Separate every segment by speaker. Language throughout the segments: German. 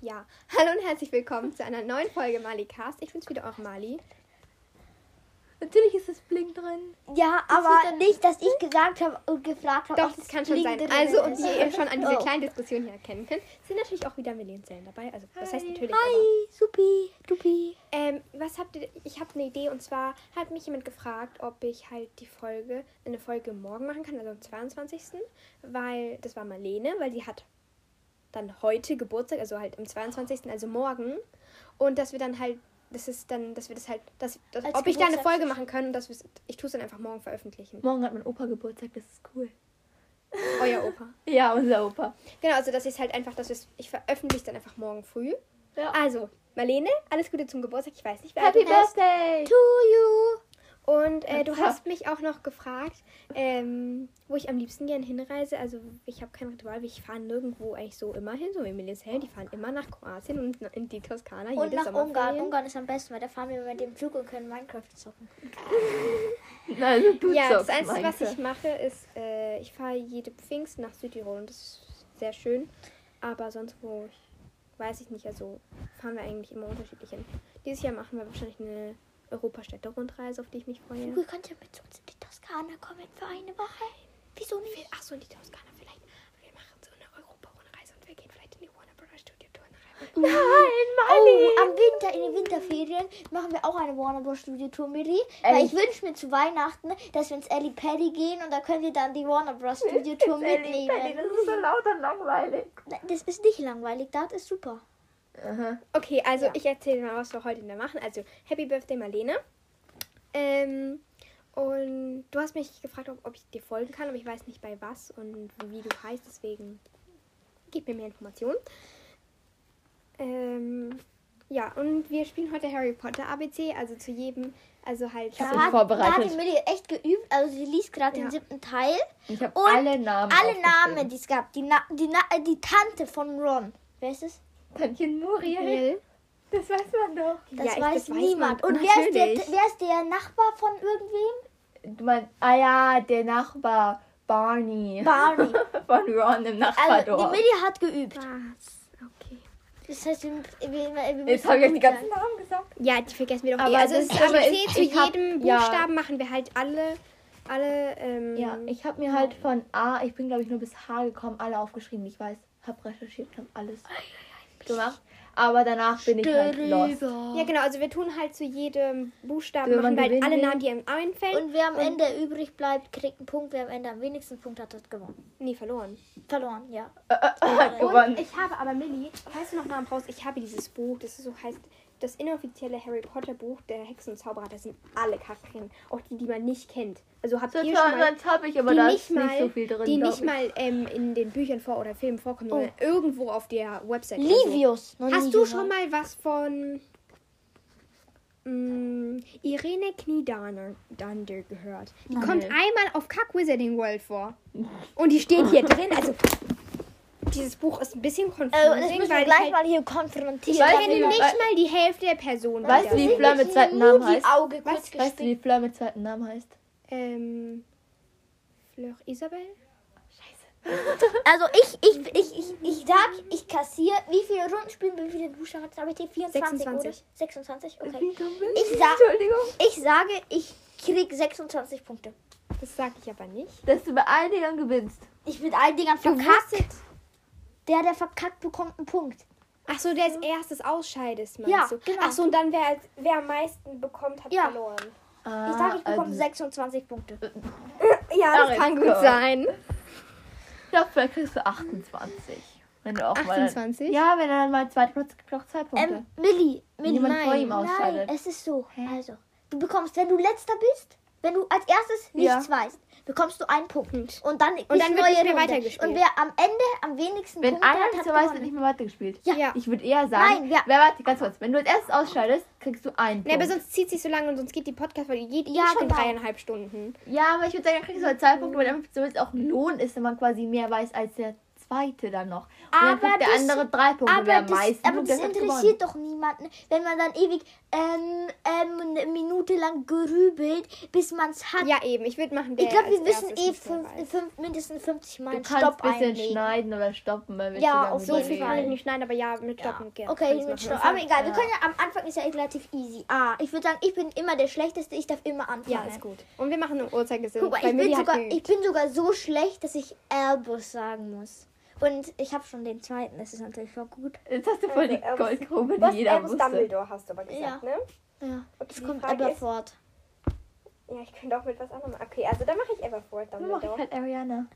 Speaker 1: Ja, hallo und herzlich willkommen zu einer neuen Folge Malicast. Ich bin's wieder, eure Mali.
Speaker 2: Natürlich ist das Blink drin.
Speaker 3: Ja, aber nicht, dass ich gesagt habe und gefragt habe.
Speaker 1: Doch,
Speaker 3: ob
Speaker 1: das kann schon
Speaker 3: Bling
Speaker 1: sein.
Speaker 3: drin
Speaker 1: Also, und
Speaker 3: ist.
Speaker 1: wie ihr schon an dieser
Speaker 3: Oh.
Speaker 1: kleinen Diskussion hier erkennen könnt, sind natürlich auch wieder Millionzellen dabei. Also, das heißt natürlich. aber-
Speaker 3: Hi, supi, dupi.
Speaker 1: Ähm, was habt ihr? Ich habe eine Idee und zwar hat mich jemand gefragt, ob ich halt die Folge, eine Folge morgen machen kann, also am 22. Weil das war Marlene, weil sie hat dann heute Geburtstag, also halt am 22. also morgen. Und dass wir dann halt, das ist dann, dass wir das halt, dass, dass,
Speaker 3: Als
Speaker 1: ob ich da eine
Speaker 3: Geburtstag-
Speaker 1: Folge machen können, und dass wir's- ich tue es dann einfach morgen veröffentlichen.
Speaker 2: Morgen hat mein Opa Geburtstag, das ist cool.
Speaker 1: Euer Opa.
Speaker 2: Ja, unser Opa.
Speaker 1: Genau, also dass ich es halt einfach, dass wir's- ich veröffentliche es dann einfach morgen früh.
Speaker 2: Ja.
Speaker 1: Also, Marlene, alles Gute zum Geburtstag. Ich weiß nicht, wer
Speaker 2: Happy
Speaker 1: du bist.
Speaker 2: Birthday!
Speaker 3: To you.
Speaker 1: Und äh, du
Speaker 2: What's up?
Speaker 1: hast mich auch noch gefragt, ähm, wo ich am liebsten gern hinreise. Also ich habe kein Ritual, ich fahre nirgendwo eigentlich so immer hin, so wie Emilias Hellen. Die fahren immer nach Kroatien und in die Toskana
Speaker 3: Und
Speaker 1: jede
Speaker 3: nach Ungarn.
Speaker 1: Sommerferien.
Speaker 3: Ungarn ist am besten, weil da fahren wir mit dem Flug und können Minecraft zocken.
Speaker 2: Also, du
Speaker 1: Ja, das
Speaker 2: zockst,
Speaker 1: Einzige, was
Speaker 2: Maike.
Speaker 1: ich mache, ist, äh, ich fahre jede Pfingst nach Südtirol und das ist sehr schön. Aber sonst wo, ich, weiß ich nicht. Also fahren wir eigentlich immer unterschiedlich hin. Dieses Jahr machen wir wahrscheinlich eine Europastädte-Rundreise, auf die ich mich freue.
Speaker 3: Du kannst ja mit uns in die Toskana kommen für eine Woche. Wieso nicht?
Speaker 1: Achso, in die Toskana vielleicht. Wir machen so eine Europa-Rundreise und wir gehen vielleicht in die Warner Brothers Studio-Tour nach Heimat.
Speaker 3: Nein, Mali. Oh, am Winter, in den Winterferien machen wir auch eine Warner Bros. Studio Tour, Miri. Weil
Speaker 2: Ey.
Speaker 3: ich wünsche mir zu Weihnachten, dass wir ins Ellie Paddy gehen und da könnt ihr dann die Warner Bros. Studio Tour mitnehmen.
Speaker 2: Das ist so laut und langweilig.
Speaker 3: Nein, Das ist nicht langweilig, das ist super.
Speaker 2: Aha.
Speaker 1: Okay, also
Speaker 3: Ja.
Speaker 1: ich erzähle mal, was wir heute da machen. Also, Happy Birthday, Marlene. Ähm, und du hast mich gefragt, ob, ob ich dir folgen kann, aber ich weiß nicht bei was und wie du heißt, deswegen gib mir mehr Informationen. Ähm, ja, und wir spielen heute Harry Potter ABC, also zu jedem, also halt.
Speaker 2: Ich hab
Speaker 3: Da
Speaker 2: mich
Speaker 3: hat-
Speaker 2: vorbereitet.
Speaker 3: Da hat die Miri echt geübt, also sie liest gerade
Speaker 1: Ja.
Speaker 3: den siebten Teil.
Speaker 2: Ich habe
Speaker 3: Und
Speaker 2: alle Namen.
Speaker 3: Alle Namen,
Speaker 2: aufgeschrieben.
Speaker 3: die es gab. Die, Na die, Na äh, die Tante von Ron. Wer ist es?
Speaker 2: Tantchen Muriel.
Speaker 1: Will.
Speaker 2: Das weiß man doch.
Speaker 3: Das
Speaker 1: Ja, ich-
Speaker 3: weiß
Speaker 1: das weiß
Speaker 3: niemand.
Speaker 1: man.
Speaker 3: Und wer ist,
Speaker 1: Natürlich.
Speaker 3: der, wer ist der Nachbar von irgendwem?
Speaker 2: Du meinst, ah ja, der Nachbar Barney.
Speaker 3: Barney.
Speaker 2: Von Ron
Speaker 3: Also,
Speaker 2: im Nachbardorf.
Speaker 3: die Miri hat geübt.
Speaker 1: Was? Okay.
Speaker 3: Das heißt, wir, wir, wir müssen
Speaker 2: Jetzt habe ich euch die
Speaker 3: gut
Speaker 2: ganzen
Speaker 3: sein.
Speaker 2: Namen gesagt.
Speaker 1: Ja, die vergessen wir doch eh.
Speaker 2: Aber
Speaker 1: Also
Speaker 2: das-
Speaker 1: es ist
Speaker 2: aber
Speaker 1: ABC,
Speaker 2: ich-
Speaker 1: zu
Speaker 2: ich hab-
Speaker 1: jedem
Speaker 2: ja.
Speaker 1: Buchstaben machen wir halt alle, alle, ähm,
Speaker 2: Ja, ich habe mir halt von A, ich bin glaube ich nur bis H gekommen, alle aufgeschrieben. die Ich weiß, habe recherchiert, habe alles gemacht. Aber danach bin ich halt lost.
Speaker 1: ja, genau, also wir tun halt zu jedem Buchstaben,
Speaker 2: Wenn man
Speaker 1: machen wir halt
Speaker 2: gewinnen
Speaker 1: alle
Speaker 2: will.
Speaker 1: Namen, die einem einfällen.
Speaker 3: Und wer am Ende übrig bleibt, kriegt einen Punkt. Wer am Ende am wenigsten Punkt hat, hat gewonnen.
Speaker 1: nee, verloren.
Speaker 3: Verloren, ja.
Speaker 1: Und
Speaker 2: Gewonnen.
Speaker 1: ich habe aber, Millie, weißt du noch Namen raus? Ich habe dieses Buch, das ist so heißt, das inoffizielle Harry Potter Buch der Hexen und Zauberer, da sind alle Charaktere, auch die, die man nicht kennt. Also habt
Speaker 2: So
Speaker 1: ihr
Speaker 2: toll,
Speaker 1: schon mal...
Speaker 2: sonst habe ich, aber
Speaker 1: die
Speaker 2: da
Speaker 1: nicht
Speaker 2: ist
Speaker 1: mal,
Speaker 2: nicht so viel drin.
Speaker 1: die
Speaker 2: glaub
Speaker 1: nicht
Speaker 2: ich. Oh.
Speaker 1: mal ähm, in den Büchern vor oder Filmen vorkommen, sondern irgendwo auf der Website. oder so.
Speaker 3: Livius. noch nie
Speaker 1: Hast du
Speaker 3: gehört.
Speaker 1: schon mal was von mm, Irene Kniedaner Dunder gehört? Die
Speaker 3: Nein.
Speaker 1: kommt einmal auf Kack Wizarding World vor. Und die steht hier drin. Also, dieses Buch ist ein bisschen
Speaker 3: Äh, das
Speaker 1: confusing,
Speaker 3: müssen
Speaker 1: weil
Speaker 3: wir
Speaker 1: ich
Speaker 3: gleich
Speaker 1: halt,
Speaker 3: mal hier
Speaker 1: ich
Speaker 3: konfrontieren.
Speaker 2: Weißt
Speaker 1: kenne
Speaker 2: du,
Speaker 1: nicht
Speaker 2: wei-
Speaker 1: mal die Hälfte der Person.
Speaker 2: Weißt du,
Speaker 1: wieder.
Speaker 2: wie Flamme mit zweiten Namen heißt?
Speaker 3: Auge kurz
Speaker 1: Was?
Speaker 2: Weißt du, wie Fleur mit zweiten Namen heißt?
Speaker 1: Ähm, Fleur Isabel?
Speaker 3: Also ich, ich, ich, ich, ich sag, ich kassiere. Wie viele Runden spielen wir? Wie viele Buchstaben hat Sabete? 24 oder?
Speaker 1: 26.
Speaker 3: 26?
Speaker 2: Mhm.
Speaker 3: Okay.
Speaker 2: Ich
Speaker 3: Ich, sag,
Speaker 2: Entschuldigung.
Speaker 3: ich sage, ich krieg 26 Punkte.
Speaker 1: Das sage ich aber nicht.
Speaker 2: Dass du bei allen Dingern gewinnst.
Speaker 3: Ich bin allen Dingern verkackt. Der, der verkackt, bekommt einen Punkt.
Speaker 1: Ach so, der als erstes ausscheidest, meinst
Speaker 3: Ja,
Speaker 1: du?
Speaker 3: genau.
Speaker 1: Ach so, und dann wer, als- wer am meisten bekommt, hat
Speaker 3: Ja.
Speaker 1: verloren.
Speaker 3: Ich sage, ich bekomme
Speaker 2: also-
Speaker 3: 26 Punkte.
Speaker 1: Ja, das
Speaker 2: Darin
Speaker 1: kann gut
Speaker 2: kommt.
Speaker 1: sein.
Speaker 2: Ich glaube, vielleicht kriegst du 28. Wenn du auch mal.
Speaker 1: 28?
Speaker 2: Ja, wenn er dann mal zweiten Platz kriegt, noch zwei Punkte.
Speaker 3: Ähm, Milli,
Speaker 2: wenn
Speaker 3: Milli,
Speaker 2: jemand vor
Speaker 1: nein,
Speaker 2: ihm
Speaker 3: Nein,
Speaker 2: ausscheidet.
Speaker 3: es ist so. Also, du bekommst, wenn du letzter bist, wenn du als erstes
Speaker 2: Ja.
Speaker 3: nichts weißt, bekommst du einen Punkt.
Speaker 1: Hm.
Speaker 3: Und dann, ist
Speaker 1: dann wird
Speaker 3: neue
Speaker 1: nicht mehr
Speaker 3: Runde.
Speaker 1: weitergespielt.
Speaker 3: Und wer am Ende am wenigsten
Speaker 2: Wenn
Speaker 3: Punkte
Speaker 2: einer
Speaker 3: hat, hat
Speaker 2: so weiß, wird
Speaker 3: gewonnen.
Speaker 2: nicht mehr weitergespielt.
Speaker 3: Ja.
Speaker 1: Ja.
Speaker 2: Ich würde eher sagen,
Speaker 3: Nein, wir-
Speaker 2: wer warte, ganz kurz. Wenn du als erstes ausscheidest, kriegst du einen.
Speaker 1: Ne,
Speaker 2: Punkt.
Speaker 1: aber sonst zieht sich so lange und sonst geht die Podcast-Folge jede
Speaker 3: Ja,
Speaker 1: ja, schon
Speaker 3: genau.
Speaker 1: dreieinhalb Stunden.
Speaker 3: Mhm.
Speaker 2: ja, aber ich würde sagen, dann kriegst du halt zwei Punkte, weil damit so jetzt auch ein Lohn ist, wenn man quasi mehr weiß als der zweite dann noch. Und dann
Speaker 3: Aber
Speaker 2: kriegt der
Speaker 3: das-
Speaker 2: andere drei Punkte.
Speaker 3: Aber
Speaker 2: wer am
Speaker 3: das,
Speaker 2: meisten
Speaker 3: aber
Speaker 2: Punkte
Speaker 3: das
Speaker 2: hat, hat gewonnen.
Speaker 3: interessiert doch niemanden, wenn man dann ewig ähm, ähm, eine Minute lang grübelt, bis man es hat.
Speaker 1: Ja, eben. Ich würde machen, der
Speaker 3: ich glaube, wir
Speaker 1: als
Speaker 3: wissen
Speaker 1: erstes
Speaker 3: eh
Speaker 1: nicht mehr
Speaker 3: fünf,
Speaker 1: weiß.
Speaker 3: fünf, mindestens 50 Mal
Speaker 2: Du
Speaker 3: einen
Speaker 2: kannst
Speaker 3: Stopp
Speaker 2: ein bisschen
Speaker 3: einlegen.
Speaker 2: schneiden oder stoppen, wenn wir
Speaker 3: Ja,
Speaker 2: zu lange
Speaker 3: auf
Speaker 1: So viel
Speaker 3: jeden
Speaker 1: kann ich
Speaker 3: Fall.
Speaker 2: überlegen.
Speaker 1: nicht schneiden, aber ja, mit Stoppen gerne.
Speaker 3: Okay, mit Stopp. Aber egal, wir
Speaker 2: Ja.
Speaker 3: können ja am Anfang ist ja relativ easy. Ah, ich würde sagen, ich bin immer der Schlechteste, ich darf immer anfangen.
Speaker 1: Ja, ist gut. Und wir machen eine Uhrzeigersinn.
Speaker 3: Guck mal,
Speaker 1: Bei
Speaker 3: ich
Speaker 1: Millie
Speaker 3: bin,
Speaker 1: hat
Speaker 3: sogar,
Speaker 1: geübt.
Speaker 3: ich bin sogar so schlecht, dass ich Airbus sagen muss. Und ich habe schon den zweiten, das ist natürlich schon gut.
Speaker 2: Jetzt hast du voll die
Speaker 3: Also,
Speaker 4: Okay, Albus-
Speaker 2: Goldgrube,
Speaker 4: Was
Speaker 2: die jeder
Speaker 4: Albus
Speaker 2: wusste.
Speaker 4: Dumbledore hast du aber gesagt, ne?
Speaker 3: Ja,
Speaker 4: Okay,
Speaker 3: das
Speaker 4: die
Speaker 3: kommt
Speaker 4: Frage
Speaker 3: aber
Speaker 4: ist-
Speaker 3: fort.
Speaker 4: Ja, ich könnte auch mit was anderem. Okay, also dann mache ich Everford
Speaker 2: Dann mach ich
Speaker 4: Dumbledore.
Speaker 2: halt Ariana.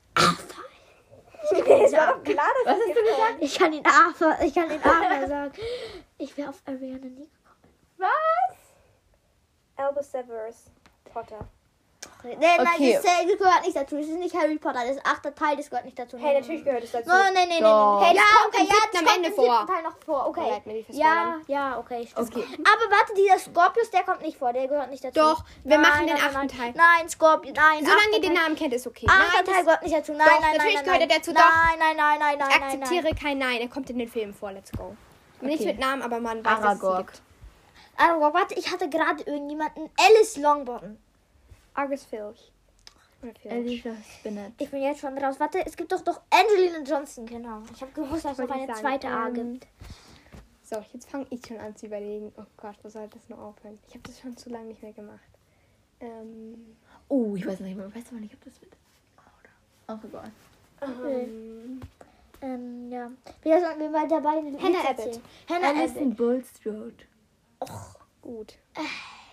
Speaker 4: Es war doch klar, dass
Speaker 2: Was hast
Speaker 4: ich
Speaker 2: du gesagt?
Speaker 3: Ich kann den Arthur, ich kann den Arthur sagen. Ich wäre auf Ariana nie
Speaker 2: Was?
Speaker 4: Albus Severus Potter.
Speaker 3: gekommen. Nein, nein,
Speaker 2: Okay.
Speaker 3: das, äh, das gehört nicht dazu. Das ist nicht Harry Potter, das ist achter Teil, das gehört nicht dazu.
Speaker 4: Hey, natürlich gehört es dazu.
Speaker 3: Nein, nein, nein, nein.
Speaker 2: Doch.
Speaker 3: nein.
Speaker 1: Hey, das
Speaker 3: ja,
Speaker 1: kommt
Speaker 3: okay,
Speaker 1: im
Speaker 3: ja,
Speaker 1: siebten
Speaker 3: das
Speaker 1: am
Speaker 3: kommt
Speaker 1: Ende
Speaker 3: im siebten
Speaker 1: vor.
Speaker 3: Teil noch vor,
Speaker 1: Tut mir
Speaker 3: okay.
Speaker 1: leid, Millie, fürs
Speaker 3: Ja,
Speaker 1: Spoilern.
Speaker 3: ja, okay. stimmt.
Speaker 2: Okay.
Speaker 3: Aber warte, dieser Scorpius, der kommt nicht vor, der gehört nicht dazu.
Speaker 1: Doch, wir
Speaker 3: Nein,
Speaker 1: machen den
Speaker 3: nein, nein,
Speaker 1: achten Teil.
Speaker 3: Nein, Scorpius, nein.
Speaker 1: Solange
Speaker 3: achter
Speaker 1: ihr den
Speaker 3: Teil.
Speaker 1: Namen kennt, ist okay.
Speaker 3: Ah,
Speaker 1: Nein,
Speaker 3: der Teil
Speaker 1: das,
Speaker 3: gehört nicht dazu. Nein,
Speaker 1: Doch,
Speaker 3: nein,
Speaker 1: natürlich
Speaker 3: nein,
Speaker 1: gehört
Speaker 3: nein.
Speaker 1: er dazu,
Speaker 3: Nein,
Speaker 1: doch.
Speaker 3: nein, nein, nein, nein.
Speaker 1: ich
Speaker 3: nein,
Speaker 1: akzeptiere kein Nein. Er kommt in den Film vor. Let's go. Nicht
Speaker 2: Okay.
Speaker 1: mit Namen, aber man weiß, dass es ihn
Speaker 2: Aragog.
Speaker 1: gibt.
Speaker 3: Nein. Aber Also, warte, ich hatte gerade irgendjemanden. Alice Longbottom.
Speaker 1: Argus Filch. Oder Filch.
Speaker 2: Alicia Spinnet.
Speaker 3: Ich bin jetzt schon raus. Warte, es gibt doch noch Angelina Johnson, genau. Ich habe gewusst, dass es noch
Speaker 1: Wollte ich
Speaker 3: eine
Speaker 1: sagen,
Speaker 3: zweite A
Speaker 1: ähm,
Speaker 3: gibt.
Speaker 1: So, jetzt fange ich schon an zu überlegen. Oh Gott, wo soll das nur aufhören? Ich habe das schon zu lange nicht mehr gemacht. Ähm,
Speaker 2: Oh, ich weiß nicht, ich weiß aber nicht, ob das mit. Oder? Auch egal.
Speaker 1: ähm,
Speaker 3: Ähm, ja. Wir sind wir waren dabei in den
Speaker 1: Hannah
Speaker 3: Lied
Speaker 1: Abbott.
Speaker 3: erzählen. Hannah Abbott.
Speaker 2: Alison Bulstrode.
Speaker 1: gut.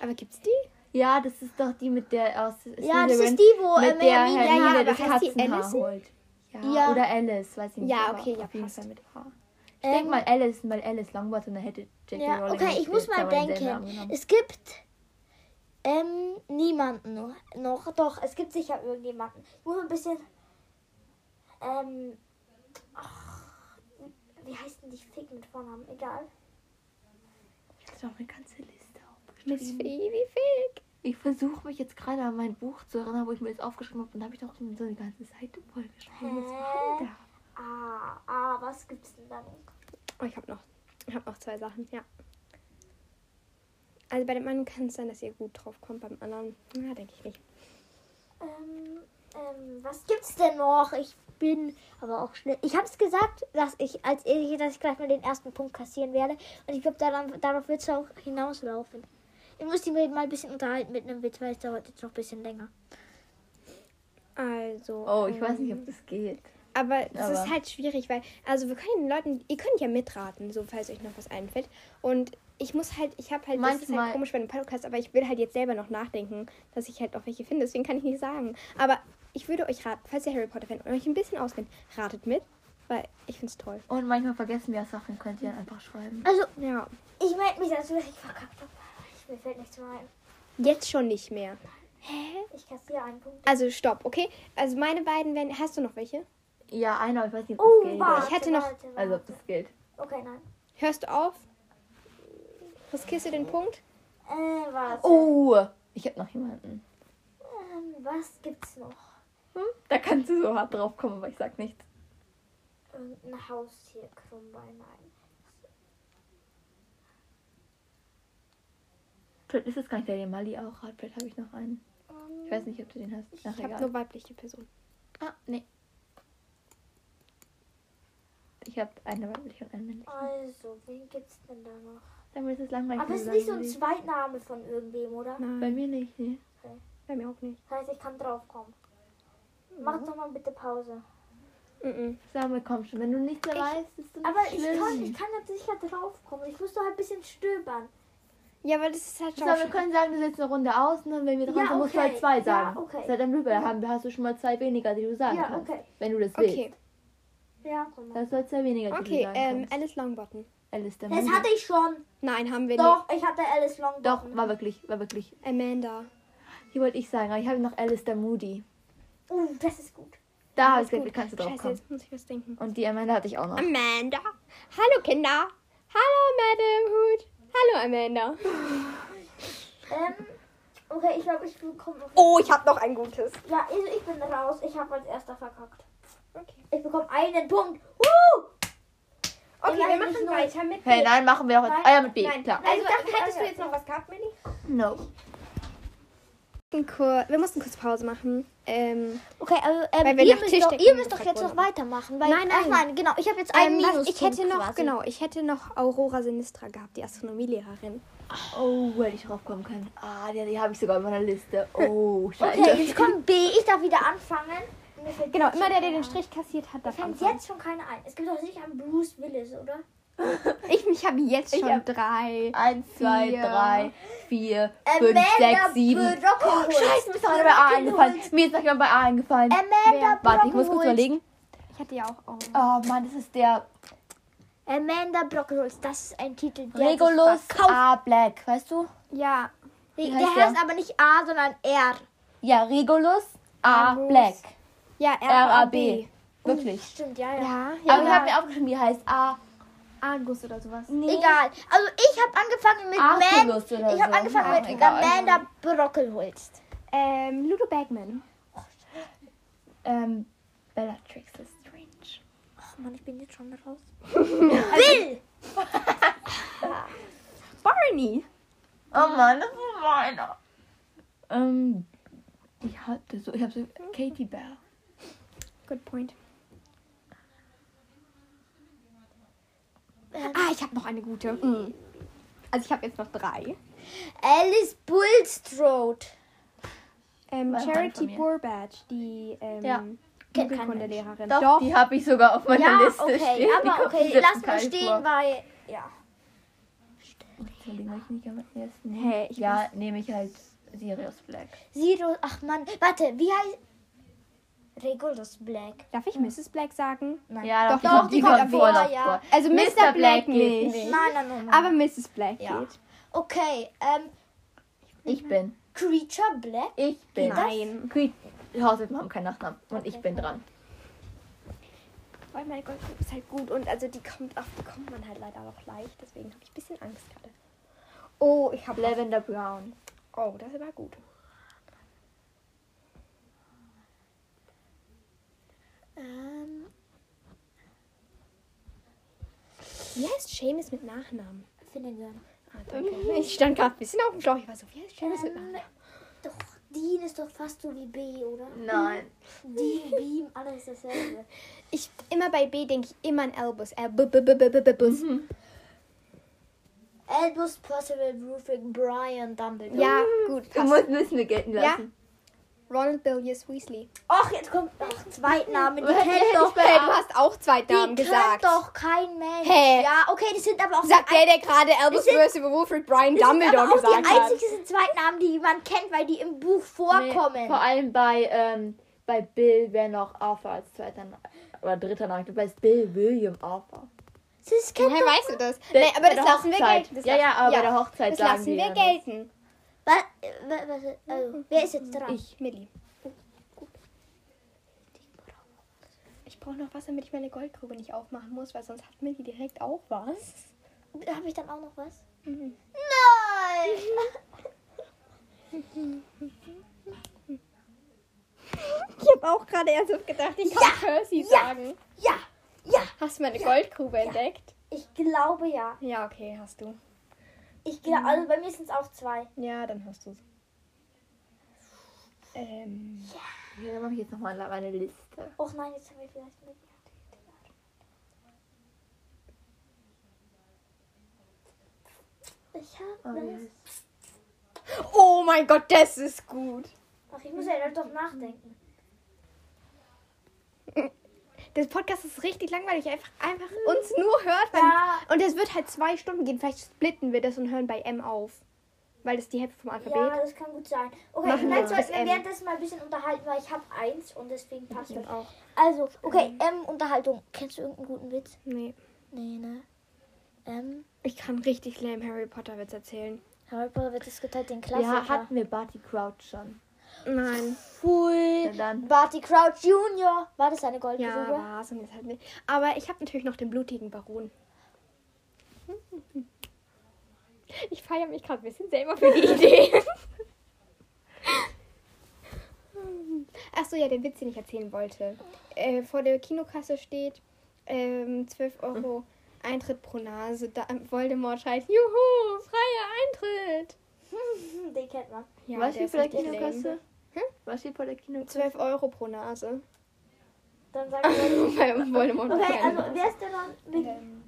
Speaker 1: Aber gibt's die?
Speaker 2: Ja, das ist doch die mit der aus.
Speaker 3: Ja, das
Speaker 2: Slytherin,
Speaker 3: ist die, wo äh,
Speaker 2: mit der
Speaker 3: Hermine
Speaker 2: Hermine
Speaker 1: ja, aber
Speaker 2: das
Speaker 1: heißt die
Speaker 2: Katzenhaar
Speaker 1: Allison?
Speaker 2: holt. Ja,
Speaker 3: Ja.
Speaker 2: Oder Alice, weiß ich nicht.
Speaker 1: Ja,
Speaker 2: aber
Speaker 1: okay, ja,
Speaker 2: auf jeden
Speaker 1: passt.
Speaker 2: Fall mit Haar. Ich
Speaker 3: Ähm,
Speaker 2: denke mal Alice, weil Alice Longbottom, da hätte Jackie
Speaker 3: Ja,
Speaker 2: Rowling
Speaker 3: okay, ich muss
Speaker 2: jetzt
Speaker 3: mal
Speaker 2: aber denselben Namen
Speaker 3: denken.
Speaker 2: genommen.
Speaker 3: Es gibt ähm, niemanden noch, noch. Doch, es gibt sicher irgendjemanden. Ich muss ein bisschen. Ähm. Ach, wie heißt denn die Fick mit Vornamen? Egal.
Speaker 2: Ich habe doch eine ganze Liste aufgeschrieben.
Speaker 1: Miss Phoebe Filch.
Speaker 2: Ich versuche mich jetzt gerade an mein Buch zu erinnern, wo ich mir das aufgeschrieben habe. Und da habe ich doch so eine ganze Seite vollgeschrieben. Was war denn da?
Speaker 3: Ah, ah, was gibt's denn da noch?
Speaker 1: Oh, ich habe noch, ich hab noch zwei Sachen, ja. Also bei dem einen kann es sein, dass ihr gut drauf kommt, beim anderen, na, denke ich nicht.
Speaker 3: Ähm, ähm, was gibt's denn noch? Ich bin aber auch schnell. Ich hab's gesagt, dass ich als ehrlich, dass ich gleich mal den ersten Punkt kassieren werde. Und ich glaube, daran, darauf wird's auch hinauslaufen. Ich muss die mal ein bisschen unterhalten mit einem Witz, weil es dauert jetzt noch ein bisschen länger.
Speaker 1: Also.
Speaker 2: Oh, ich weiß
Speaker 1: ähm,
Speaker 2: nicht, ob das geht.
Speaker 1: Aber das ist
Speaker 2: Aber-
Speaker 1: halt schwierig, weil, also wir können den Leuten, ihr könnt ja mitraten, so falls euch noch was einfällt. Und ich muss halt, ich habe halt, das ist
Speaker 2: Manchmal-
Speaker 1: halt komisch bei einem Podcast, aber ich will halt jetzt selber noch nachdenken, dass ich halt auch welche finde, deswegen kann ich nicht sagen. Aber ich würde euch raten, falls ihr Harry Potter Fan und euch ein bisschen auskennt, ratet mit, weil ich finde es toll.
Speaker 2: Und manchmal vergessen wir Sachen, könnt ihr dann einfach schreiben.
Speaker 3: Also,
Speaker 1: Ja,
Speaker 3: ich melde mich dazu, dass ich verkackt habe. Mir fällt nichts mehr ein.
Speaker 1: jetzt schon nicht mehr.
Speaker 3: Ich kassiere einen Punkt.
Speaker 1: Also stopp, okay? Also meine beiden werden, hast du noch welche?
Speaker 2: Ja, einer, ich weiß nicht, ob das
Speaker 3: Oh,
Speaker 2: geht.
Speaker 3: warte,
Speaker 1: Ich hätte noch-
Speaker 3: Warte, warte.
Speaker 2: Also, ob das geht.
Speaker 3: okay, nein.
Speaker 1: Hörst du auf? Riskierst du den Punkt?
Speaker 3: Äh, warte.
Speaker 2: Oh, ich habe noch jemanden.
Speaker 3: Ähm, was gibt's noch?
Speaker 2: Hm? Da kannst du so hart drauf kommen, aber ich sag nichts.
Speaker 3: Irgendein Haustier, Krummbein, nein.
Speaker 2: Vielleicht ist es gar nicht der, den Mali auch hat. Vielleicht habe ich noch einen.
Speaker 3: Ähm,
Speaker 2: Ich weiß nicht, ob du den hast. Ach,
Speaker 1: Ich habe
Speaker 2: egal.
Speaker 1: nur weibliche Personen.
Speaker 2: Ah, nee. Ich habe eine weibliche und einen männlichen.
Speaker 3: Also, wen gibt's denn da noch?
Speaker 2: Dann wird es langweilig.
Speaker 3: Aber
Speaker 2: wenn
Speaker 3: es ist
Speaker 2: du
Speaker 3: nicht so
Speaker 2: sagen
Speaker 3: ein
Speaker 2: willst.
Speaker 3: Zweitname von irgendwem, oder?
Speaker 2: Bei
Speaker 1: Nein,
Speaker 2: mir nicht, nee.
Speaker 1: bei mir auch nicht.
Speaker 3: Das heißt, ich kann draufkommen. Mach doch mal bitte Pause.
Speaker 1: Mhm.
Speaker 2: Samuel, komm schon. Wenn du nichts mehr
Speaker 3: Ich-
Speaker 2: weißt, ist das
Speaker 3: Aber ich
Speaker 2: schlimm.
Speaker 3: kann, ich kann jetzt sicher draufkommen. Ich muss doch ein bisschen stöbern.
Speaker 1: Ja, weil das ist halt
Speaker 2: So, wir
Speaker 1: schon.
Speaker 2: können sagen, du setzt eine Runde aus und dann, wenn wir dran
Speaker 3: Ja,
Speaker 2: sind, musst du
Speaker 3: okay.
Speaker 2: halt zwei
Speaker 3: Ja,
Speaker 2: sagen.
Speaker 3: okay.
Speaker 2: Das ist halt ein Blöd, da haben- da hast du schon mal zwei weniger, die du sagen
Speaker 3: Ja,
Speaker 2: kannst.
Speaker 3: okay.
Speaker 2: Wenn du das willst.
Speaker 1: Okay,
Speaker 3: Ja, komm mal.
Speaker 2: Das soll zwei weniger, die du
Speaker 1: okay,
Speaker 2: sagen
Speaker 1: ähm,
Speaker 2: kannst.
Speaker 1: Alice Longbottom.
Speaker 2: Alice der
Speaker 3: Das
Speaker 2: Mann.
Speaker 3: hatte ich schon.
Speaker 1: Nein, haben wir
Speaker 3: Doch, ich hatte Alice Long.
Speaker 2: Doch, war wirklich, war wirklich.
Speaker 1: nicht. Amanda.
Speaker 2: Hier wollte ich sagen, aber ich habe noch Alice der Moody.
Speaker 3: Uh, das ist gut.
Speaker 2: Da habe
Speaker 1: Alles
Speaker 2: ich gesagt,
Speaker 1: gut.
Speaker 2: kannst du drauf
Speaker 1: Scheiße,
Speaker 2: kommen.
Speaker 1: jetzt muss ich was denken.
Speaker 2: Und die Amanda hatte ich auch noch.
Speaker 1: Amanda. Hallo, Kinder. Hallo, Madame Hood. Hallo, Amanda.
Speaker 3: Ähm, okay, ich glaube, ich komme noch.
Speaker 4: Oh, ich habe noch ein gutes.
Speaker 3: Ja, also ich bin raus. Ich habe als erster verkackt.
Speaker 1: Okay.
Speaker 3: Ich bekomme einen Punkt. Huh!
Speaker 1: Okay, wir
Speaker 3: Immerhin
Speaker 1: machen
Speaker 3: nicht
Speaker 1: weiter mit
Speaker 2: Hey,
Speaker 1: B.
Speaker 2: nein, machen wir auch jetzt.
Speaker 3: Nein,
Speaker 2: Ah ja, mit B,
Speaker 1: Nein,
Speaker 2: klar.
Speaker 1: also
Speaker 3: Ich dachte,
Speaker 1: hättest du
Speaker 3: ah, ja.
Speaker 1: jetzt noch was gehabt, Millie?
Speaker 2: No.
Speaker 1: Wir mussten kurz Pause machen. Ähm,
Speaker 3: Okay, also ähm,
Speaker 1: Weil wir
Speaker 3: ihr,
Speaker 1: nach
Speaker 3: müsst
Speaker 1: Tisch
Speaker 3: doch,
Speaker 1: decken
Speaker 3: ihr müsst doch
Speaker 1: verbunden.
Speaker 3: jetzt noch weitermachen. Weil,
Speaker 1: Nein, nein.
Speaker 3: Ach nein, genau. Ich habe jetzt einen
Speaker 1: ähm, was,
Speaker 3: Minus.
Speaker 1: ich hätte noch,
Speaker 3: quasi.
Speaker 1: genau, ich hätte noch Aurora Sinistra gehabt, die Astronomielehrerin.
Speaker 2: Oh, hätte ich drauf kommen können. Ah, die, die habe ich sogar in meiner Liste. Oh, scheiße.
Speaker 3: Okay, jetzt kommt B. Ich darf wieder anfangen. Mir fällt
Speaker 1: Genau,
Speaker 3: jetzt
Speaker 1: immer der,
Speaker 3: schon
Speaker 1: der
Speaker 3: keiner
Speaker 1: den
Speaker 3: ein.
Speaker 1: Strich kassiert hat,
Speaker 3: Mir
Speaker 1: darf
Speaker 3: fällt
Speaker 1: anfangen.
Speaker 3: jetzt schon keiner ein. Es gibt doch sicher einen Bruce Willis, oder?
Speaker 1: Ich, ich habe jetzt
Speaker 2: Ich
Speaker 1: schon
Speaker 2: hab-
Speaker 1: drei.
Speaker 2: Eins, zwei,
Speaker 1: Vier.
Speaker 2: drei, vier, fünf,
Speaker 3: Amanda
Speaker 2: sechs, sieben.
Speaker 3: Brockhorst.
Speaker 2: Oh, scheiße, mir ist doch einer bei A eingefallen. Mir ist doch jemand bei A eingefallen.
Speaker 3: Amanda Brockholt.
Speaker 2: Warte, ich muss kurz überlegen.
Speaker 1: Ich hatte ja auch Aurora.
Speaker 2: Oh Mann, das ist der
Speaker 3: Amanda Brockholz, das ist ein Titel, der sich
Speaker 2: Regulus
Speaker 3: verkauft.
Speaker 2: A. Black, weißt du?
Speaker 1: Ah, Ja,
Speaker 3: Der,
Speaker 2: heißt
Speaker 3: heißt
Speaker 2: der?
Speaker 3: aber nicht A, sondern R.
Speaker 2: Ja, Regulus A.
Speaker 1: Regulus.
Speaker 2: Black.
Speaker 1: ja,
Speaker 2: R-A-B.
Speaker 1: R-A-B.
Speaker 2: Wirklich.
Speaker 3: Stimmt, ja, ja.
Speaker 1: Ja,
Speaker 2: Aber ich habe
Speaker 1: ja.
Speaker 2: mir aufgeschrieben, die heißt A.
Speaker 1: Argus oder sowas.
Speaker 2: Nee.
Speaker 3: Egal. Also ich habe angefangen mit Man.
Speaker 2: Arculus oder
Speaker 3: Ich habe
Speaker 2: so.
Speaker 3: angefangen
Speaker 2: Ah,
Speaker 3: mit
Speaker 2: egal.
Speaker 3: Amanda Brockelholz.
Speaker 1: Ähm, Ludo Bagman.
Speaker 2: Ähm, Bellatrix Lestrange.
Speaker 3: Oh Mann, ich bin jetzt schon raus.
Speaker 2: Also,
Speaker 1: Barney.
Speaker 2: Oh Mann, das ist meiner. Ähm, ich hatte so, ich habe so Katie Bell.
Speaker 1: Good point.
Speaker 2: Ähm.
Speaker 1: Ah, ich habe noch eine gute. Mhm. Also ich habe jetzt noch drei.
Speaker 3: Alice Bulstrode.
Speaker 1: Ähm,
Speaker 2: War von
Speaker 1: Charity
Speaker 2: mir.
Speaker 1: Burbage, die ähm,
Speaker 2: Ja.
Speaker 3: Kennt
Speaker 1: Jugendkundelehrerin.
Speaker 2: Doch, die habe ich sogar auf meiner
Speaker 3: Ja,
Speaker 2: Liste stehen.
Speaker 3: okay,
Speaker 2: Die
Speaker 3: aber
Speaker 2: kommt
Speaker 3: okay,
Speaker 2: im
Speaker 3: lass mal
Speaker 2: siebten
Speaker 3: stehen,
Speaker 2: Teil
Speaker 3: weil ja.
Speaker 2: vor. Entschuldigung, ich nicht am ersten.
Speaker 1: Hey, ich
Speaker 2: ja, nehme ich halt Sirius Black.
Speaker 3: Sirius, ach Mann, warte, wie heißt Regulus Black?
Speaker 1: Darf ich Mrs. Black sagen?
Speaker 3: Nein.
Speaker 2: Ja,
Speaker 1: Doch, doch, die kommt
Speaker 2: vorher
Speaker 3: vor,
Speaker 2: noch
Speaker 3: ja.
Speaker 2: vor.
Speaker 1: Also Mr. Black
Speaker 2: geht
Speaker 1: nicht.
Speaker 3: Nein, nein, nein. nein.
Speaker 1: Aber Mrs. Black
Speaker 3: Ja.
Speaker 1: geht.
Speaker 3: okay, ähm
Speaker 2: Ich bin.
Speaker 3: Creature Black?
Speaker 2: Ich bin.
Speaker 1: Nein.
Speaker 2: Creed. Hauswelt haben keinen Nachnamen. Und ich bin dran.
Speaker 1: Weil meine Goldgruppe ist halt gut und also die kommt auf, die kommt man halt leider auch leicht. Deswegen habe ich ein bisschen Angst gerade. Oh, ich habe.
Speaker 2: Lavender Brown.
Speaker 1: Oh, das war gut.
Speaker 3: Ähm
Speaker 1: Wie heißt Seamus mit Nachnamen?
Speaker 3: Finnegan.
Speaker 1: Ah, danke.
Speaker 2: Mhm.
Speaker 1: Ich stand gerade ein bisschen auf dem Schlauch. Ich war so, wie heißt Seamus mit
Speaker 2: Ähm.
Speaker 1: Nachnamen?
Speaker 3: Doch, Dean ist doch fast so wie B, oder?
Speaker 2: Nein.
Speaker 3: Dean, Beam, alles dasselbe.
Speaker 1: Ich, immer bei B denke ich immer an Albus. Äh, b -b -b -b -b -b -bus.
Speaker 2: Mhm.
Speaker 3: Albus Percival Rufus Brian Dumbledore.
Speaker 1: Ja, gut,
Speaker 2: Du
Speaker 1: passt.
Speaker 2: musst müssen wir gelten
Speaker 1: Ja.
Speaker 2: lassen.
Speaker 1: Ronald Billius Weasley.
Speaker 3: Och, jetzt kommt noch Zweitnamen. Die
Speaker 2: Hätte
Speaker 3: kennt
Speaker 2: ich
Speaker 3: doch
Speaker 2: bei
Speaker 1: Hey,
Speaker 2: A-
Speaker 1: du hast auch zwei Namen
Speaker 3: die
Speaker 1: gesagt.
Speaker 3: kennt doch kein Mensch.
Speaker 1: Hä?
Speaker 3: Ja, okay, die sind aber auch
Speaker 1: Sagt
Speaker 3: die
Speaker 1: der, der gerade Albus
Speaker 3: sind-
Speaker 1: Percy Wilfred Brian
Speaker 3: Das sind
Speaker 1: Dumbledore
Speaker 3: aber auch
Speaker 1: gesagt
Speaker 3: die
Speaker 1: hat.
Speaker 3: einzigen Zweitnamen, die jemand kennt, weil die im Buch
Speaker 2: Nee,
Speaker 3: vorkommen.
Speaker 2: Vor allem bei, ähm, bei Bill wäre noch Arthur als zweiter Na- oder dritter Name. Ich glaube, es ist Bill William Arthur.
Speaker 3: das kennt
Speaker 1: Woher
Speaker 3: doch-
Speaker 1: weißt du das? Nee, aber
Speaker 2: bei
Speaker 1: das
Speaker 2: der
Speaker 1: lassen wir
Speaker 2: Hochzeit.
Speaker 1: gelten. Das
Speaker 2: Ja,
Speaker 1: lassen-
Speaker 2: ja, aber bei der Hochzeit
Speaker 1: Das
Speaker 2: sagen
Speaker 1: lassen wir
Speaker 2: die ja das.
Speaker 1: gelten.
Speaker 3: Wa- wa- was- also, wer ist jetzt dran?
Speaker 1: Ich, Millie. Ich brauche noch was, damit ich meine Goldgrube nicht aufmachen muss, weil sonst hat Millie direkt auch was.
Speaker 3: Habe ich dann auch noch was?
Speaker 1: Mhm.
Speaker 3: Nein!
Speaker 1: Ich habe auch gerade ernsthaft gedacht, ich kann Percy sagen.
Speaker 3: Ja, ja,
Speaker 1: Hast du meine Goldgrube entdeckt?
Speaker 3: ich glaube ja.
Speaker 1: Ja, okay, hast du.
Speaker 3: Ich glaube, also bei mir sind es auch zwei.
Speaker 1: Ja, dann hast du es. Ähm,
Speaker 2: Hier mache ich jetzt nochmal meine Liste.
Speaker 3: Och nein, jetzt haben wir vielleicht mit. Ich
Speaker 2: Oh,
Speaker 3: habe.
Speaker 2: ja.
Speaker 1: oh mein Gott, das ist gut.
Speaker 3: Ach, ich muss ja doch nachdenken.
Speaker 1: Das Podcast ist richtig langweilig. Einfach, einfach uns nur hört. wenn-
Speaker 3: Mhm. Ja.
Speaker 1: Und es wird halt zwei Stunden gehen. Vielleicht splitten wir das und hören bei M auf. Weil das die Hälfte vom Alphabet.
Speaker 3: Ja, das kann gut sein. Okay,
Speaker 1: Machen wir
Speaker 3: vielleicht
Speaker 1: bis
Speaker 3: sollten wir
Speaker 1: M.
Speaker 3: währenddessen mal ein bisschen unterhalten, weil ich habe eins und deswegen passt das.
Speaker 1: Ich auch.
Speaker 3: Also, okay, ähm, Unterhaltung. Kennst du irgendeinen guten Witz?
Speaker 1: Nee.
Speaker 3: Nee, ne? Ähm,
Speaker 1: Ich kann richtig lame Harry Potter Witz erzählen.
Speaker 3: Harry Potter wird diskutiert, den Klassiker.
Speaker 2: Ja, hatten wir Barty Crouch schon.
Speaker 1: Nein.
Speaker 3: Cool.
Speaker 2: Na dann.
Speaker 3: Barty Crouch Junior. War das eine goldene
Speaker 1: Ja,
Speaker 3: Grube?
Speaker 1: war's und jetzt halt nicht. Aber ich habe natürlich noch den blutigen Baron. Ich feiere mich gerade ein bisschen selber für die Idee. Achso, ja, den Witz, den ich erzählen wollte. Äh, vor der Kinokasse steht ähm, 12 Euro Eintritt pro Nase. Da ähm, Voldemort schreit, juhu, freier Eintritt.
Speaker 3: Hm, Den kennt man.
Speaker 1: Ja, der
Speaker 2: was steht
Speaker 1: ist
Speaker 2: vor der
Speaker 1: richtig lame.
Speaker 2: Kinokasse?
Speaker 1: Hm?
Speaker 2: Was steht vor der Kinokasse?
Speaker 1: 12 Euro pro Nase.
Speaker 3: Dann sagt man.
Speaker 1: Bei Voldemort noch
Speaker 3: Okay,
Speaker 1: keine
Speaker 3: also
Speaker 1: Nase.
Speaker 3: wer ist denn dann?
Speaker 4: Ähm,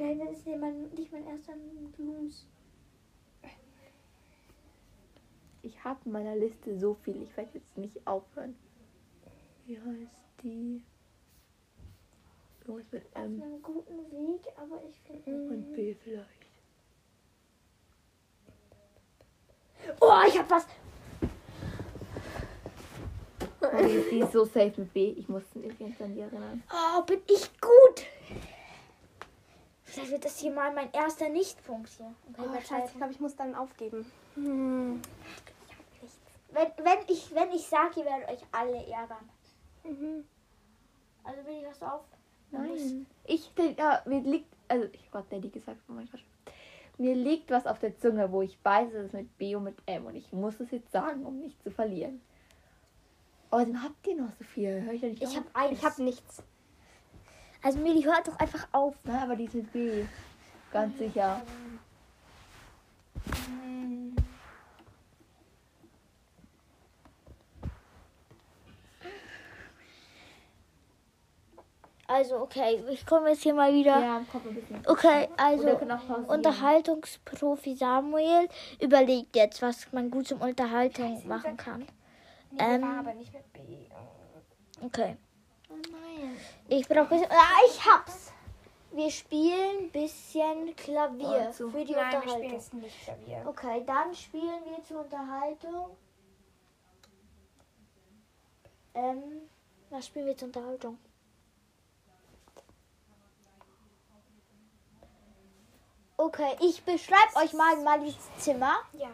Speaker 3: Vielleicht ist der mein, nicht mein erster Blues.
Speaker 2: Ich habe in meiner Liste so viel, ich werde jetzt nicht aufhören. Wie heißt die? Irgendwas mit
Speaker 3: Auf
Speaker 2: M
Speaker 3: einem guten Weg, aber ich finde.
Speaker 2: und B vielleicht.
Speaker 3: Oh, ich hab was.
Speaker 2: Oh, die ist so safe mit B. Ich muss mich jetzt an die erinnern.
Speaker 3: Oh, bin ich gut. Vielleicht wird das hier mal mein erster Nichtpunkt hier. Okay,
Speaker 1: Oh,
Speaker 3: wir
Speaker 1: scheiße, ich
Speaker 3: schalten.
Speaker 1: glaube, ich muss dann aufgeben.
Speaker 3: wenn, wenn ich wenn ich sage, ihr werdet euch alle ärgern.
Speaker 1: Mhm.
Speaker 3: Also bin ich was auf.
Speaker 2: Nein. Ich, der, ja, mir liegt, also ich hab Daddy gesagt, oh mein Gott. Mir liegt was auf der Zunge, wo ich weiß, es ist mit B und mit M und ich muss es jetzt sagen, um nicht zu verlieren. Oh, dann habt ihr noch so viel. Hör ich ja nicht
Speaker 3: Ich
Speaker 2: auf.
Speaker 3: habe eins.
Speaker 1: Ich habe nichts.
Speaker 3: also Meli, hört doch einfach auf.
Speaker 2: Nein, aber die ist mit B. Ganz sicher.
Speaker 3: Also, okay, ich komme jetzt hier mal wieder.
Speaker 2: Ja, kommt ein bisschen.
Speaker 3: Okay,
Speaker 2: Oder wir
Speaker 3: also
Speaker 2: können auch pausieren.
Speaker 3: Unterhaltungsprofi Samuel überlegt jetzt, was man gut zum Unterhaltung machen kann.
Speaker 4: nee,
Speaker 3: Ähm.
Speaker 4: war aber nicht mit B. Oh.
Speaker 3: Okay.
Speaker 4: Oh nein.
Speaker 3: Ich brauche. Ah, ich hab's! Wir spielen bisschen Klavier
Speaker 2: Und so.
Speaker 3: für die
Speaker 4: Nein, wir spielen
Speaker 3: Unterhaltung.
Speaker 4: jetzt nicht Klavier.
Speaker 3: Okay, dann spielen wir zur Unterhaltung. Ähm, was spielen wir zur Unterhaltung? Okay, ich beschreibe euch mal Malis Zimmer,
Speaker 4: Ja,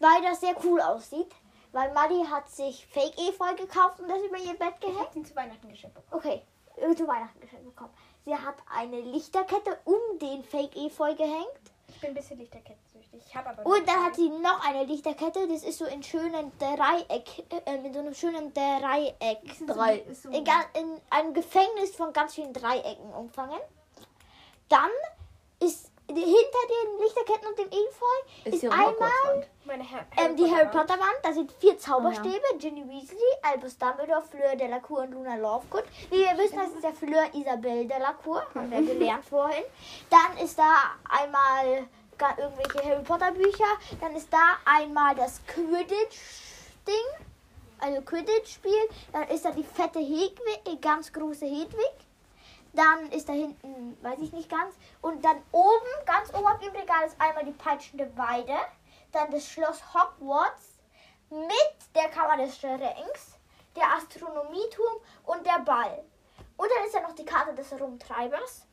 Speaker 4: mach.
Speaker 3: weil das sehr cool aussieht. Weil Mali hat sich Fake Efeu gekauft und das über ihr Bett
Speaker 4: Ich
Speaker 3: gehängt.
Speaker 4: hab ihn zu Weihnachten geschenkt bekommen.
Speaker 3: Okay, äh, zu Weihnachten geschenkt bekommen. Sie hat eine Lichterkette um den Fake Efeu gehängt.
Speaker 4: Ich bin ein bisschen lichterkettensüchtig. Ich habe aber.
Speaker 3: Und dann hat sie noch eine Lichterkette, das ist so in schönen Dreieck, äh, mit so einem schönen Dreieck.
Speaker 2: Drei.
Speaker 3: In, ga- in einem Gefängnis von ganz vielen Dreiecken umfangen. Dann ist die- hinter den Lichterketten und dem Efeu
Speaker 2: Ist
Speaker 3: ist
Speaker 2: hier
Speaker 3: einmal
Speaker 2: Hogwarts-Wand.
Speaker 4: meine Herr
Speaker 3: ähm, die Harry Potter Wand. Da sind vier Zauberstäbe,
Speaker 2: Oh
Speaker 3: Ginny Weasley, Albus Dumbledore, Fleur Delacour und Luna Lovegood. Wie wir wissen, das ist der Fleur Isabel Delacour, haben wir gelernt vorhin. Dann ist da einmal ga- irgendwelche Harry Potter Bücher. Dann ist da einmal das Quidditch-Ding, also Quidditch-Spiel. Dann ist da die fette Hedwig, äh, ganz große Hedwig. Dann ist da hinten, weiß ich nicht ganz. Und dann oben, ganz oben auf dem Regal ist einmal die peitschende Weide. Dann das Schloss Hogwarts mit der Kammer des Schrecks, der Astronomieturm und der Ball. Und dann ist da noch die Karte des Rumtreibers.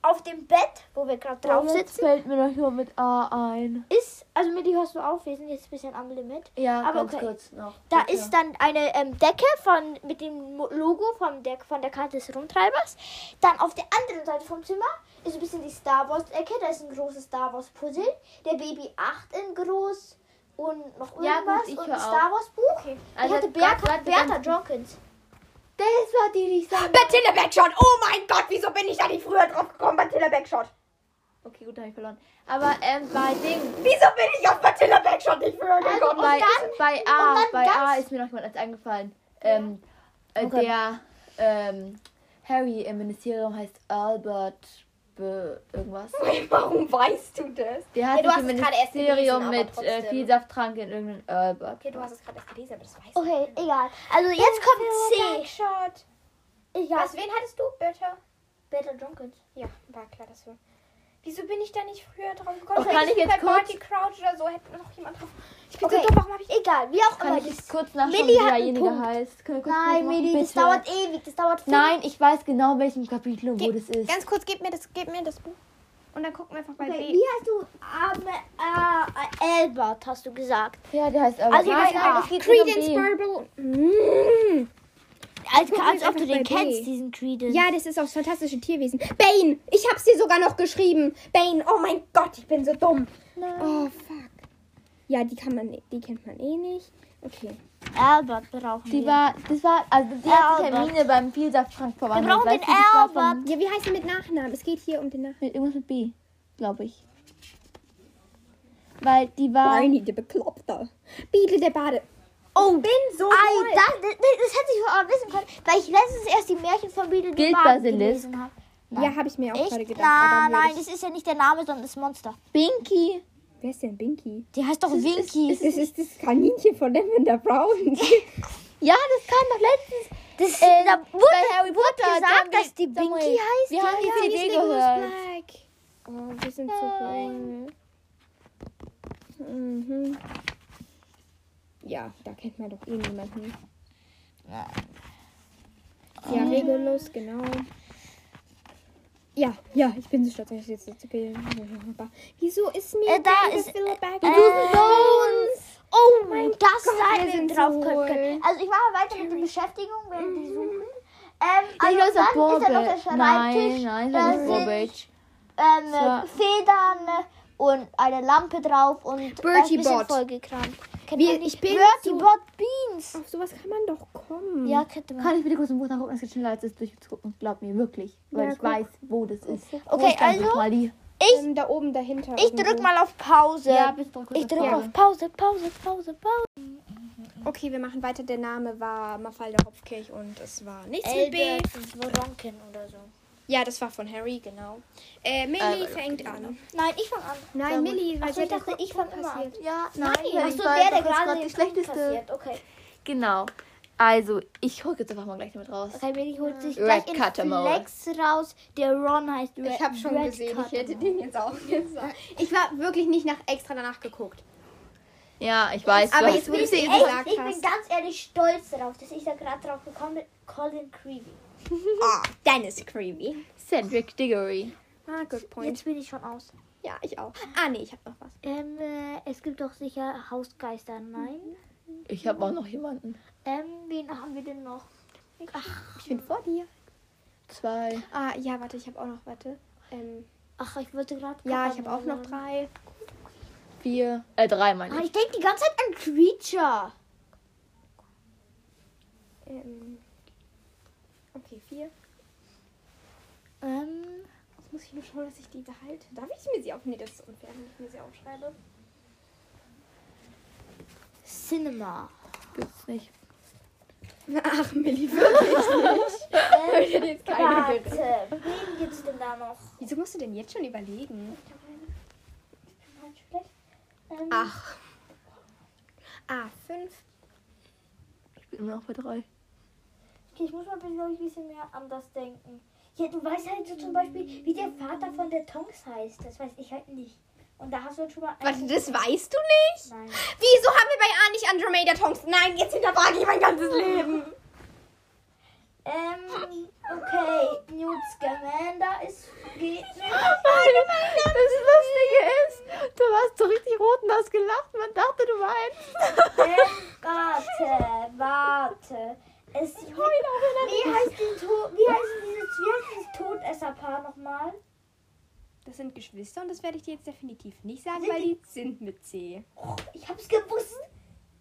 Speaker 3: Auf dem Bett, wo wir gerade drauf
Speaker 2: Jetzt
Speaker 3: sitzen,
Speaker 2: fällt mir noch jemand mit A ein.
Speaker 3: ist, also mit die hörst du auf, wir sind jetzt ein bisschen am Limit.
Speaker 2: Ja,
Speaker 3: Aber
Speaker 2: ganz
Speaker 3: okay.
Speaker 2: kurz noch.
Speaker 3: Da
Speaker 2: Bitte.
Speaker 3: ist dann eine ähm, Decke von, mit dem Mo- Logo vom der, von der Karte des Rumtreibers. Dann auf der anderen Seite vom Zimmer ist ein bisschen die Star Wars-Ecke. Da ist ein großes Star Wars-Puzzle. Der Baby 8 in groß. Und noch
Speaker 2: Ja,
Speaker 3: irgendwas.
Speaker 2: gut, ich
Speaker 3: und
Speaker 2: hör
Speaker 3: ein Star Wars-Buch.
Speaker 2: Also
Speaker 3: ich hatte
Speaker 2: grad-
Speaker 3: Bertha,
Speaker 2: grad die
Speaker 3: Bertha
Speaker 2: ganzen-
Speaker 3: Jenkins.
Speaker 2: Das war die, die ich sagen
Speaker 4: Matilda Backshot! Oh mein Gott, wieso bin ich da nicht früher drauf gekommen? Matilda Backshot!
Speaker 2: Okay, gut, dann habe ich verloren. Aber ähm, bei Ding,
Speaker 4: Wieso bin ich auf Matilda Backshot nicht früher
Speaker 3: Also,
Speaker 4: gekommen?
Speaker 2: bei,
Speaker 3: dann-
Speaker 2: bei A,
Speaker 3: und dann
Speaker 2: bei A
Speaker 3: ganz- Oh
Speaker 2: ist mir noch jemand als eingefallen. Ähm, äh,
Speaker 3: Okay.
Speaker 2: Der ähm, Harry im Ministerium heißt Albert Be irgendwas.
Speaker 4: Warum weißt du das?
Speaker 2: Der hat
Speaker 4: Ja, du
Speaker 2: sich
Speaker 4: hast
Speaker 2: im
Speaker 4: es gerade erst gelesen,
Speaker 2: Ministerium
Speaker 4: aber
Speaker 2: mit äh,
Speaker 4: trotzdem.
Speaker 2: viel Safttrank in irgendeinen Albert.
Speaker 4: Okay, du hast es gerade erst gelesen, aber das weißt
Speaker 3: Okay, egal. Also jetzt kommt C.
Speaker 4: Backshot!
Speaker 3: Egal.
Speaker 4: Was, wen hattest du, bitte?
Speaker 3: Bertha Jenkins.
Speaker 4: Ja, war klar, dass du. Wieso bin ich da nicht früher drauf gekommen?
Speaker 2: Oh, kann
Speaker 4: Vielleicht
Speaker 2: ich
Speaker 4: bei
Speaker 2: jetzt kurz-
Speaker 4: Barty Crouch oder so hätte noch jemand drauf. Ich bin
Speaker 3: Okay.
Speaker 4: so dumm, warum habe ich.
Speaker 3: Egal, wie auch
Speaker 2: Kann
Speaker 3: immer.
Speaker 2: ich
Speaker 3: dies-
Speaker 2: jetzt kurz nachschauen,
Speaker 3: Millie
Speaker 2: wie
Speaker 3: hat einen
Speaker 2: derjenige
Speaker 3: Punkt.
Speaker 2: heißt? Können wir kurz
Speaker 3: Nein,
Speaker 2: kurz machen,
Speaker 3: Medi, das
Speaker 2: bitte?
Speaker 3: dauert ewig. Das dauert fünf
Speaker 2: Nein, ich weiß genau, in welchem Kapitel und wo
Speaker 1: Ge-
Speaker 2: das ist.
Speaker 1: Ganz kurz, gib mir das, gib mir das Buch. Und dann gucken wir einfach bei
Speaker 3: Okay,
Speaker 1: B.
Speaker 3: wie heißt du? Albert, Albert hast du gesagt.
Speaker 2: Ja, der heißt Albert.
Speaker 3: Also,
Speaker 2: Nein,
Speaker 3: ich weiß
Speaker 2: nein,
Speaker 3: auch,
Speaker 2: es geht nicht um
Speaker 1: Credence
Speaker 2: B.
Speaker 1: Burble. Mm.
Speaker 3: Als,
Speaker 1: Gucken
Speaker 3: als
Speaker 1: wir
Speaker 3: Also ob du
Speaker 1: einfach bei
Speaker 3: den
Speaker 1: B.
Speaker 3: kennst, diesen Credence.
Speaker 1: Ja, das ist auch das fantastische Tierwesen. Bane! Ich hab's dir sogar noch geschrieben. Bane, oh mein Gott, ich bin so dumm.
Speaker 3: Nein.
Speaker 1: Oh, fuck. Ja, die kann man, die kennt man eh nicht.
Speaker 2: Okay.
Speaker 3: Albert brauchen
Speaker 2: Die
Speaker 3: wir.
Speaker 2: war, das war, also die hat sich
Speaker 3: Albert.
Speaker 2: Hermine beim Vielsaft Frank
Speaker 3: wir
Speaker 2: verwandelt.
Speaker 3: brauchen
Speaker 2: weißt
Speaker 3: den
Speaker 2: du, das war von-
Speaker 3: Albert.
Speaker 1: Ja, wie heißt sie mit Nachnamen? Es geht hier um den Nachnamen.
Speaker 2: Mit irgendwas mit B, glaube ich. Weil die war.
Speaker 1: Barney, der Bekloppter. Beetle, der Bade.
Speaker 3: Oh,
Speaker 1: Bin so
Speaker 3: Alter, das, das, das hätte ich vorher wissen können, weil ich letztens erst die Märchen von Biedel die
Speaker 2: Gilt
Speaker 3: Barden
Speaker 2: Basilisk?
Speaker 3: gelesen habe.
Speaker 1: Ja, habe ich mir auch
Speaker 3: Echt?
Speaker 1: gerade gedacht.
Speaker 3: nein,
Speaker 1: aber
Speaker 3: nein,
Speaker 1: würde
Speaker 3: das ist ja nicht der Name, sondern das Monster.
Speaker 2: Binky.
Speaker 1: ich- Wer ist denn Binky?
Speaker 3: Die heißt doch Winky.
Speaker 1: Das ist das Kaninchen von Lavender Brown.
Speaker 2: Ja, das kam doch letztens.
Speaker 3: das ist
Speaker 2: ähm,
Speaker 3: da
Speaker 2: bei
Speaker 3: wurde
Speaker 2: Harry Potter.
Speaker 3: gesagt,
Speaker 2: da haben wir-
Speaker 3: dass die
Speaker 2: Samuel,
Speaker 3: Binky heißt?
Speaker 2: Wir haben die CD gehört.
Speaker 1: Oh, wir sind zu
Speaker 2: Nein.
Speaker 1: Mhm. Ja, da kennt man doch eh niemanden. Ja, Regulus, genau. Ja, ja, ich bin so stolz, dass ich jetzt jetzt Wieso ist mir
Speaker 3: Äh, da
Speaker 1: der
Speaker 3: ist,
Speaker 1: Silverback-
Speaker 3: äh, oh mein Gott, das
Speaker 1: wir
Speaker 3: sei
Speaker 1: sind
Speaker 3: wir drauf
Speaker 1: so Mhm.
Speaker 3: kommen können.
Speaker 1: wohl.
Speaker 3: Also ich mache weiter mit der Beschäftigung, während die suchen. Ähm,
Speaker 2: Ich
Speaker 3: also
Speaker 2: glaube, es war
Speaker 3: dann ist da noch der
Speaker 2: Bobbage. Nein,
Speaker 3: Schreibtisch.
Speaker 2: nein,
Speaker 3: da
Speaker 2: das war Bobbage.
Speaker 3: ähm,
Speaker 2: Ja.
Speaker 3: Federn und eine Lampe drauf und
Speaker 1: Bertie
Speaker 3: ein bisschen
Speaker 1: Bott.
Speaker 3: vollgekramt. Kennt
Speaker 1: Wir-
Speaker 3: man die?
Speaker 1: ich bin
Speaker 3: Bertie
Speaker 1: so-
Speaker 3: Bott Beans.
Speaker 1: Auf sowas kann man doch kommen.
Speaker 3: Ja, könnte man.
Speaker 2: Kann ich bitte kurz im Buch nachgucken? Es geht schneller, als es durchzugucken. Glaub mir, wirklich. Weil
Speaker 1: Ja,
Speaker 2: ich
Speaker 1: guck.
Speaker 2: weiß, wo das ist.
Speaker 3: Okay,
Speaker 2: Wo stand
Speaker 3: also-
Speaker 2: Mal die.
Speaker 3: ich-
Speaker 1: ähm, da oben dahinter.
Speaker 3: Ich
Speaker 1: irgendwo.
Speaker 3: drück mal auf Pause.
Speaker 2: Ja, bis doch kurz
Speaker 3: ich drück
Speaker 1: Pause.
Speaker 3: auf Pause, Pause, Pause, Pause.
Speaker 1: Okay, wir machen weiter. Der Name war Mafalda Hopfkirch und es war nichts mit B.
Speaker 3: Woronken oder so.
Speaker 1: Ja, das war von Harry, genau. Äh, Millie fängt an.
Speaker 3: Nein, ich fang an.
Speaker 1: Nein, Millie, weil
Speaker 3: Achso,
Speaker 1: sie
Speaker 3: ich
Speaker 1: hat
Speaker 3: dachte,
Speaker 1: den
Speaker 3: ich fang
Speaker 1: Punkt
Speaker 3: immer an.
Speaker 1: kassiert.
Speaker 2: Ja,
Speaker 3: Nein,
Speaker 2: weil
Speaker 3: achso,
Speaker 2: ich war
Speaker 3: der, der
Speaker 2: einfach jetzt
Speaker 3: gerade
Speaker 2: die
Speaker 3: den
Speaker 2: schlechteste.
Speaker 3: Kassiert. Okay.
Speaker 2: Genau. Also, ich hole jetzt einfach mal gleich damit raus.
Speaker 3: Okay, Millie holt sich
Speaker 2: Red
Speaker 3: gleich in
Speaker 2: Cutter Mode.
Speaker 3: Flex raus. Der Ron heißt Red
Speaker 1: Ich habe schon
Speaker 3: Red
Speaker 1: gesehen,
Speaker 3: Cutter
Speaker 1: ich hätte
Speaker 3: Mode.
Speaker 1: den jetzt auch gesagt. Ich war wirklich nicht nach extra danach geguckt.
Speaker 2: Ja, ich weiß.
Speaker 1: Aber
Speaker 2: du
Speaker 1: jetzt
Speaker 2: hast-
Speaker 1: würde ich sie
Speaker 3: Echt,
Speaker 1: gesagt
Speaker 3: ich bin
Speaker 1: hast.
Speaker 3: ganz ehrlich stolz darauf, dass ich da gerade drauf gekommen bin. Colin Creevy.
Speaker 1: Ah, Dennis Creamy.
Speaker 2: Cedric Diggory.
Speaker 1: Ah, good point.
Speaker 3: Jetzt bin ich schon aus.
Speaker 1: Ja, ich auch. Ah, nee, ich habe noch was.
Speaker 3: Ähm, äh, es gibt doch sicher Hausgeister. Nein.
Speaker 1: Mhm.
Speaker 2: Ich habe auch noch jemanden.
Speaker 3: Ähm, wen haben wir denn noch?
Speaker 1: Ich bin vor dir.
Speaker 2: Zwei.
Speaker 1: Ah, ja, warte, ich habe auch noch, warte. Ähm,
Speaker 3: Ach, ich wollte gerade.
Speaker 1: ja, ich habe auch noch drei.
Speaker 2: Vier, äh, drei
Speaker 3: Ah,
Speaker 2: meine ich.
Speaker 3: ich denke die ganze Zeit an Creature.
Speaker 1: Ähm, okay, vier.
Speaker 3: Ähm,
Speaker 1: Jetzt muss ich nur schauen, dass ich die behalte. Darf ich mir sie auf? Nee, das ist unfair, wenn ich mir sie aufschreibe.
Speaker 3: Cinema.
Speaker 2: Gibt's nicht.
Speaker 1: Ach, Millie, wirklich nicht. Ich hätte jetzt keine
Speaker 3: Äh, Warte,
Speaker 1: Bitte.
Speaker 3: wen gibt's denn da noch?
Speaker 1: Wieso musst du denn jetzt schon überlegen?
Speaker 3: Ähm,
Speaker 1: Ach. Ah, fünf.
Speaker 2: Ich bin immer noch bei drei.
Speaker 3: Okay, ich muss mal ein bisschen- ein bisschen mehr anders denken. Ja, du weißt halt so zum Beispiel, wie der Vater von der Tonks heißt. Das weiß ich halt nicht. Und da hast du schon mal.
Speaker 1: Warte,
Speaker 3: einen-
Speaker 1: das weißt du nicht?
Speaker 3: Nein.
Speaker 1: Wieso haben wir bei A nicht Andromeda Thompson? Nein, jetzt hinterfrage ich mein ganzes Leben.
Speaker 3: Ähm, okay. Newt Scamander ist. Geht nicht.
Speaker 2: Das Lustige ist, du hast so richtig rot und hast gelacht. Man dachte, du weinst.
Speaker 3: Ähm, warte, warte. Es wie, wie heißt die To- wie heißen diese wie heißt dieses Todesserpaar nochmal?
Speaker 1: Das sind Geschwister und das werde ich dir jetzt definitiv nicht sagen,
Speaker 3: Sind
Speaker 1: weil
Speaker 3: die-
Speaker 1: die sind mit C.
Speaker 3: Oh, ich hab's gewusst.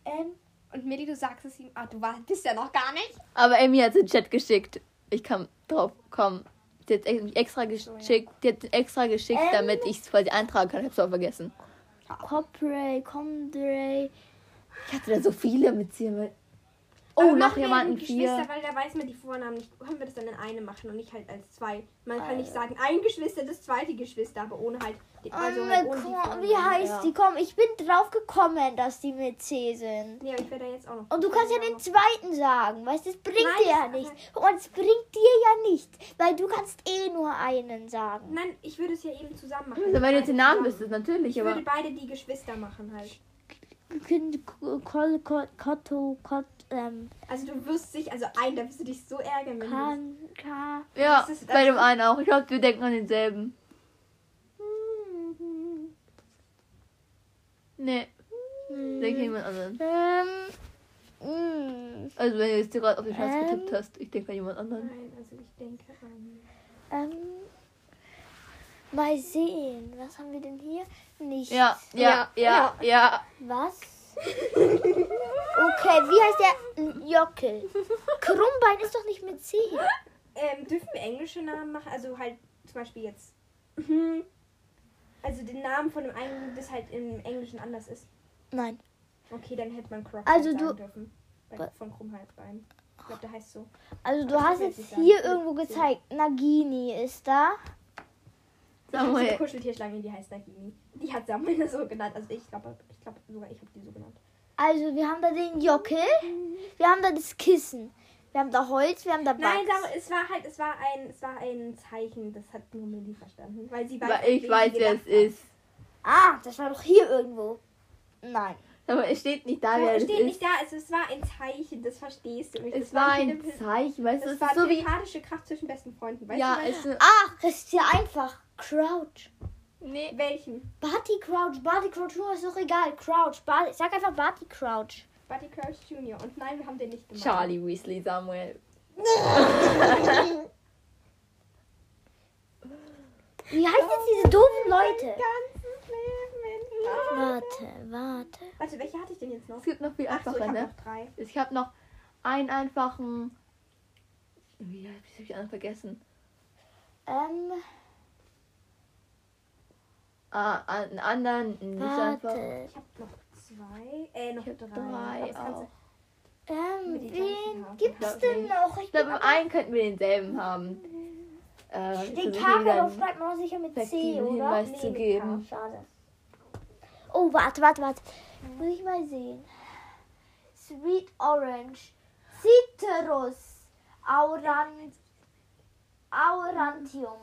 Speaker 3: Ähm,
Speaker 1: Und Millie, du sagst es ihm. Ah, du war- bist ja noch gar nicht.
Speaker 2: Aber Amy hat den Chat geschickt. Ich kam drauf kommen. Die hat mich extra geschickt, die hat den extra geschickt,
Speaker 3: Ähm.
Speaker 2: damit ich es quasi eintragen kann. Ich hab's aber vergessen.
Speaker 3: Copray, Condray.
Speaker 2: Ich hatte da so viele mit sie. Mit.
Speaker 1: Aber
Speaker 2: Oh,
Speaker 1: machen
Speaker 2: noch
Speaker 1: wir
Speaker 2: jemanden.
Speaker 1: die Geschwister,
Speaker 2: Vier.
Speaker 1: weil da weiß man die Vornamen nicht. Können wir das dann in eine machen und nicht halt als zwei. Man kann nicht sagen, ein Geschwister, das zweite Geschwister, aber ohne halt. die- Also
Speaker 3: Ähm,
Speaker 1: halt ohne die
Speaker 3: komm,
Speaker 1: Vornamen.
Speaker 3: wie heißt
Speaker 2: ja.
Speaker 3: die? Komm, ich bin drauf gekommen, dass die mit C sind.
Speaker 1: Nee, aber ich werde da jetzt auch noch.
Speaker 3: Und du kannst ja den zweiten sagen, weißt du, das bringt
Speaker 1: Nein,
Speaker 3: dir ja
Speaker 1: das-
Speaker 3: nichts. Und es bringt dir ja nichts, weil du kannst eh nur einen sagen.
Speaker 1: Nein, ich würde es ja eben zusammen machen.
Speaker 2: Also, wenn du jetzt den
Speaker 1: Beide
Speaker 2: Namen
Speaker 1: zusammen.
Speaker 2: wüsstest, natürlich,
Speaker 1: Ich würde
Speaker 2: aber.
Speaker 1: beide die Geschwister machen halt.
Speaker 3: Kind, Kol, Kol, Kotto, Kot, ähm,
Speaker 1: Also du wirst dich, also ein, da wirst du dich so ärgern, wenn du
Speaker 3: Kan, Ka.
Speaker 2: Ja,
Speaker 1: Das ist-
Speaker 2: bei dem einen auch. Ich glaube, wir denken an denselben. Nee, denke jemand anderen.
Speaker 3: Hm. Ähm. mm,
Speaker 2: Also wenn du jetzt gerade auf den Schatz
Speaker 3: Ähm.
Speaker 2: getippt hast, ich denke an jemand anderen.
Speaker 1: Nein, also ich denke an.
Speaker 3: Ähm. Mal sehen. Was haben wir denn hier? Nichts.
Speaker 2: Ja, ja, ja, ja.
Speaker 3: Was? Okay, wie heißt der? Ein Jockel. Krummbein ist doch nicht mit C.
Speaker 4: Ähm, dürfen wir englische Namen machen? Also halt zum Beispiel jetzt.
Speaker 2: Mhm.
Speaker 4: Also den Namen von dem einen, das halt im Englischen anders ist.
Speaker 3: Nein.
Speaker 4: Okay, dann hätte man Croc
Speaker 3: Also
Speaker 4: sagen
Speaker 3: du-
Speaker 4: dürfen. Bei,
Speaker 3: Wa-
Speaker 4: von Krummhalsbein. Ich glaube, der heißt so.
Speaker 3: Also du
Speaker 4: Das
Speaker 3: hast
Speaker 4: will
Speaker 3: jetzt
Speaker 4: ich sagen.
Speaker 3: hier irgendwo gezeigt. Nagini ist da.
Speaker 4: Das ist eine
Speaker 2: Samuel.
Speaker 4: Kuscheltierschlange, die heißt Nagini. Die hat Samuel so genannt. Also ich glaube, ich glaube sogar ich habe die so genannt.
Speaker 3: Also wir haben da den Jockel. Wir haben da das Kissen. Wir haben da Holz, wir haben da
Speaker 4: Nein,
Speaker 3: Wachs.
Speaker 4: Samuel, es war halt, es war ein, es war ein Zeichen, das hat nur Millie verstanden. Weil sie weiß,
Speaker 2: Weil ich
Speaker 4: wie
Speaker 2: weiß,
Speaker 4: sie
Speaker 2: wer es
Speaker 4: gedacht hat.
Speaker 2: ist.
Speaker 3: Ah, das war doch hier irgendwo. Nein.
Speaker 2: Aber es steht nicht da,
Speaker 4: Ja,
Speaker 2: wer
Speaker 4: es
Speaker 2: es
Speaker 4: steht
Speaker 2: ist.
Speaker 4: nicht da, es, es war ein Zeichen, das verstehst du nicht.
Speaker 2: Es
Speaker 4: Das
Speaker 2: war
Speaker 4: nicht
Speaker 2: ein
Speaker 4: eine Pil-
Speaker 2: Zeichen, weißt du,
Speaker 4: Das
Speaker 2: es
Speaker 4: war
Speaker 2: ist so wie.
Speaker 4: telepathische Kraft zwischen besten Freunden. Weißt
Speaker 2: Ja,
Speaker 4: du,
Speaker 2: es ist.
Speaker 3: Ah, das ist ja einfach. Crouch.
Speaker 2: Nee.
Speaker 4: welchen?
Speaker 3: Barty Crouch, Barty Crouch, nur ist doch egal. Crouch, Barty, sag einfach Barty Crouch.
Speaker 4: Buddy Crouch Jr. Und nein, wir haben den nicht gemacht.
Speaker 2: Charlie Weasley, Samuel.
Speaker 3: Wie heißt jetzt diese doofen Leute?
Speaker 4: Ganzes Leben in Ordnung.
Speaker 3: Warte, warte.
Speaker 4: Warte, welche hatte ich denn jetzt noch?
Speaker 2: Es gibt noch viel
Speaker 4: Ach so, ich
Speaker 2: einfacher,
Speaker 4: habe
Speaker 2: ne?
Speaker 4: noch drei.
Speaker 2: Ich habe noch einen einfachen. Wie hab ich den anderen vergessen?
Speaker 3: Ähm,
Speaker 2: Ah, einen anderen nicht einfach.
Speaker 3: warte.
Speaker 4: Ich habe noch zwei. Äh, noch
Speaker 2: Ich hab
Speaker 4: drei.
Speaker 2: drei
Speaker 4: Aber das Ganze-
Speaker 2: auch.
Speaker 3: Ähm,
Speaker 4: die gleichen
Speaker 3: wen
Speaker 4: haben.
Speaker 3: gibt's
Speaker 2: Glaub
Speaker 3: denn
Speaker 2: nicht.
Speaker 3: noch? Ich
Speaker 2: Ich glaube,
Speaker 3: bin
Speaker 2: im einen könnten wir denselben haben. Äh, ich
Speaker 3: Den
Speaker 2: versuche
Speaker 3: Kakerlauf
Speaker 2: ihm
Speaker 3: schreibt man sicher mit
Speaker 2: dann
Speaker 3: C,
Speaker 2: einen
Speaker 3: oder?
Speaker 2: Hinweis
Speaker 4: Nee,
Speaker 2: zu
Speaker 4: mit
Speaker 2: geben.
Speaker 3: Schade. Oh, warte, warte, warte.
Speaker 2: Hm.
Speaker 3: Muss ich mal sehen. Sweet Orange. Citrus.
Speaker 2: Hm.
Speaker 3: Auran Aurantium.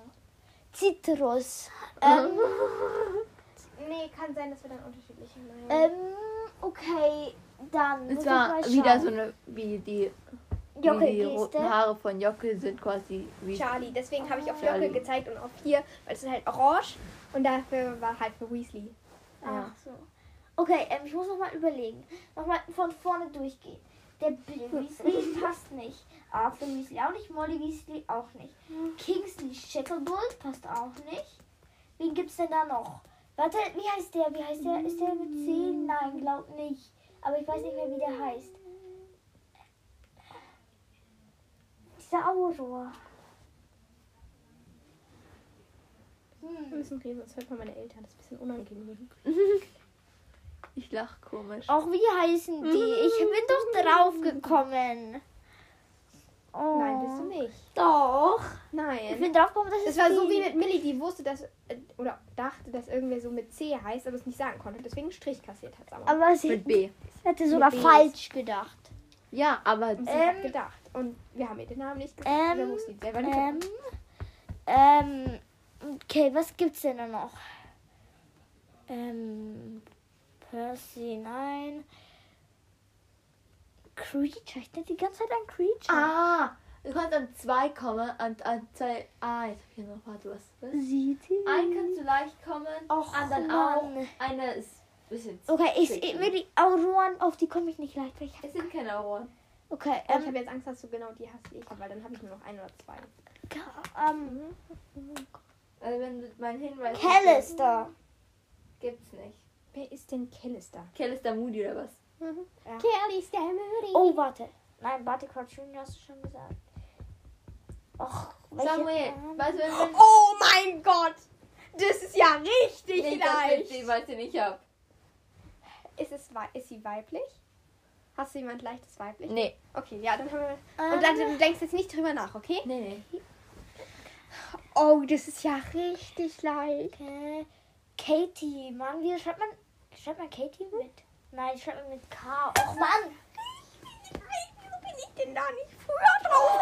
Speaker 3: Citrus.
Speaker 2: Hm.
Speaker 3: Ähm,
Speaker 1: Nee, kann sein, dass wir dann unterschiedliche Namen
Speaker 3: ähm, okay, dann. muss
Speaker 2: Es
Speaker 3: ich
Speaker 2: war
Speaker 3: mal
Speaker 2: wieder
Speaker 3: schauen.
Speaker 2: so eine, wie die, wie die roten
Speaker 3: Jockelgeste.
Speaker 2: Haare von Jockel sind quasi wie
Speaker 1: Charlie, deswegen habe ich auf
Speaker 2: Charlie.
Speaker 1: Jockel gezeigt und auf hier, weil es ist halt orange und dafür war halt für Weasley.
Speaker 2: Ja.
Speaker 3: Ach so. Okay, ähm, ich muss noch mal überlegen. Noch mal von vorne durchgehen. Der Bill Weasley passt nicht. Arthur Weasley auch nicht. Molly Weasley auch nicht. Kingsley Shacklebolt passt auch nicht. Wen gibt's denn da noch? Warte, wie heißt der? Wie heißt der? Ist der mit 10? Nein, glaub nicht. Aber ich weiß nicht mehr, wie der heißt. Dieser Auror.
Speaker 1: Wir
Speaker 3: Hm.
Speaker 1: müssen reden, sonst hört man meine Eltern. Das ist ein bisschen unangenehm.
Speaker 2: Ich lach komisch.
Speaker 3: Auch wie heißen die? Ich bin doch drauf gekommen. Oh.
Speaker 1: Nein, bist du nicht.
Speaker 3: Doch. Ich
Speaker 1: Nein.
Speaker 3: bin drauf gekommen, dass es
Speaker 1: Es war so
Speaker 3: die-
Speaker 1: wie mit Millie, die wusste, dass äh, oder dachte, dass irgendwer so mit C heißt, aber es nicht sagen konnte. Deswegen einen Strich kassiert hat. Aber
Speaker 3: Aber sie
Speaker 2: Mit B.
Speaker 3: hätte sogar
Speaker 1: B.
Speaker 3: falsch gedacht.
Speaker 2: Ja, aber
Speaker 1: sie
Speaker 3: Ähm,
Speaker 1: hat gedacht. Und wir haben ihr den Namen nicht gesagt.
Speaker 3: ähm,
Speaker 1: wir mussten ihn selber nicht
Speaker 3: Ähm, ähm, okay, was gibt's denn da noch? Ähm, Percy, nein. Creature, ich dachte die ganze Zeit an Creature.
Speaker 2: Ah, du kannst an zwei kommen, an, an zwei. Ah, jetzt hab ich hier noch warte, was. was?
Speaker 3: Sieht sie?
Speaker 1: Ah,
Speaker 2: Einen kannst du leicht kommen,
Speaker 3: Hm. Och,
Speaker 2: anderen
Speaker 3: Mann.
Speaker 2: auch. Einer ist ein bisschen.
Speaker 3: Okay, ich,
Speaker 2: tricky.
Speaker 3: ich will die Auroren, auf die komme ich nicht leicht. Weil ich hab,
Speaker 2: Es sind keine Ohren.
Speaker 3: okay,
Speaker 1: Oh, ich
Speaker 3: ähm,
Speaker 1: habe jetzt Angst, dass du genau die hast, die ich habe, weil dann habe ich nur noch ein oder zwei. Mhm.
Speaker 3: ähm,
Speaker 2: Also wenn du meinen Hinweis
Speaker 3: Callister.
Speaker 2: gibt's nicht.
Speaker 1: Wer ist denn Callister?
Speaker 2: Callister Moody oder was?
Speaker 1: Ja. Callister Moody.
Speaker 3: Oh, warte. Nein, Barty Crouch Jr. hast du schon gesagt. Och, welche
Speaker 2: Samuel,
Speaker 3: Namen?
Speaker 2: weißt du, wenn wenn
Speaker 1: Oh mein Gott! Das ist ja richtig
Speaker 2: nicht das
Speaker 1: leicht!
Speaker 2: mit dem, was ich nicht hab.
Speaker 1: Ist, es, wei- ist sie weiblich? Hast du jemand leichtes weiblich?
Speaker 2: Nee.
Speaker 1: Okay, ja, dann haben wir.
Speaker 3: Ähm,
Speaker 1: Und dann du denkst jetzt nicht drüber nach, okay?
Speaker 2: Nee, nee.
Speaker 1: Oh, das ist ja richtig leicht.
Speaker 3: okay. Katie, Mann, wie schreibt man, schreibt man Katie mit? Nein, schreibt man mit K. Och, Mann.
Speaker 1: Wieso bin ich denn da nicht früher drauf?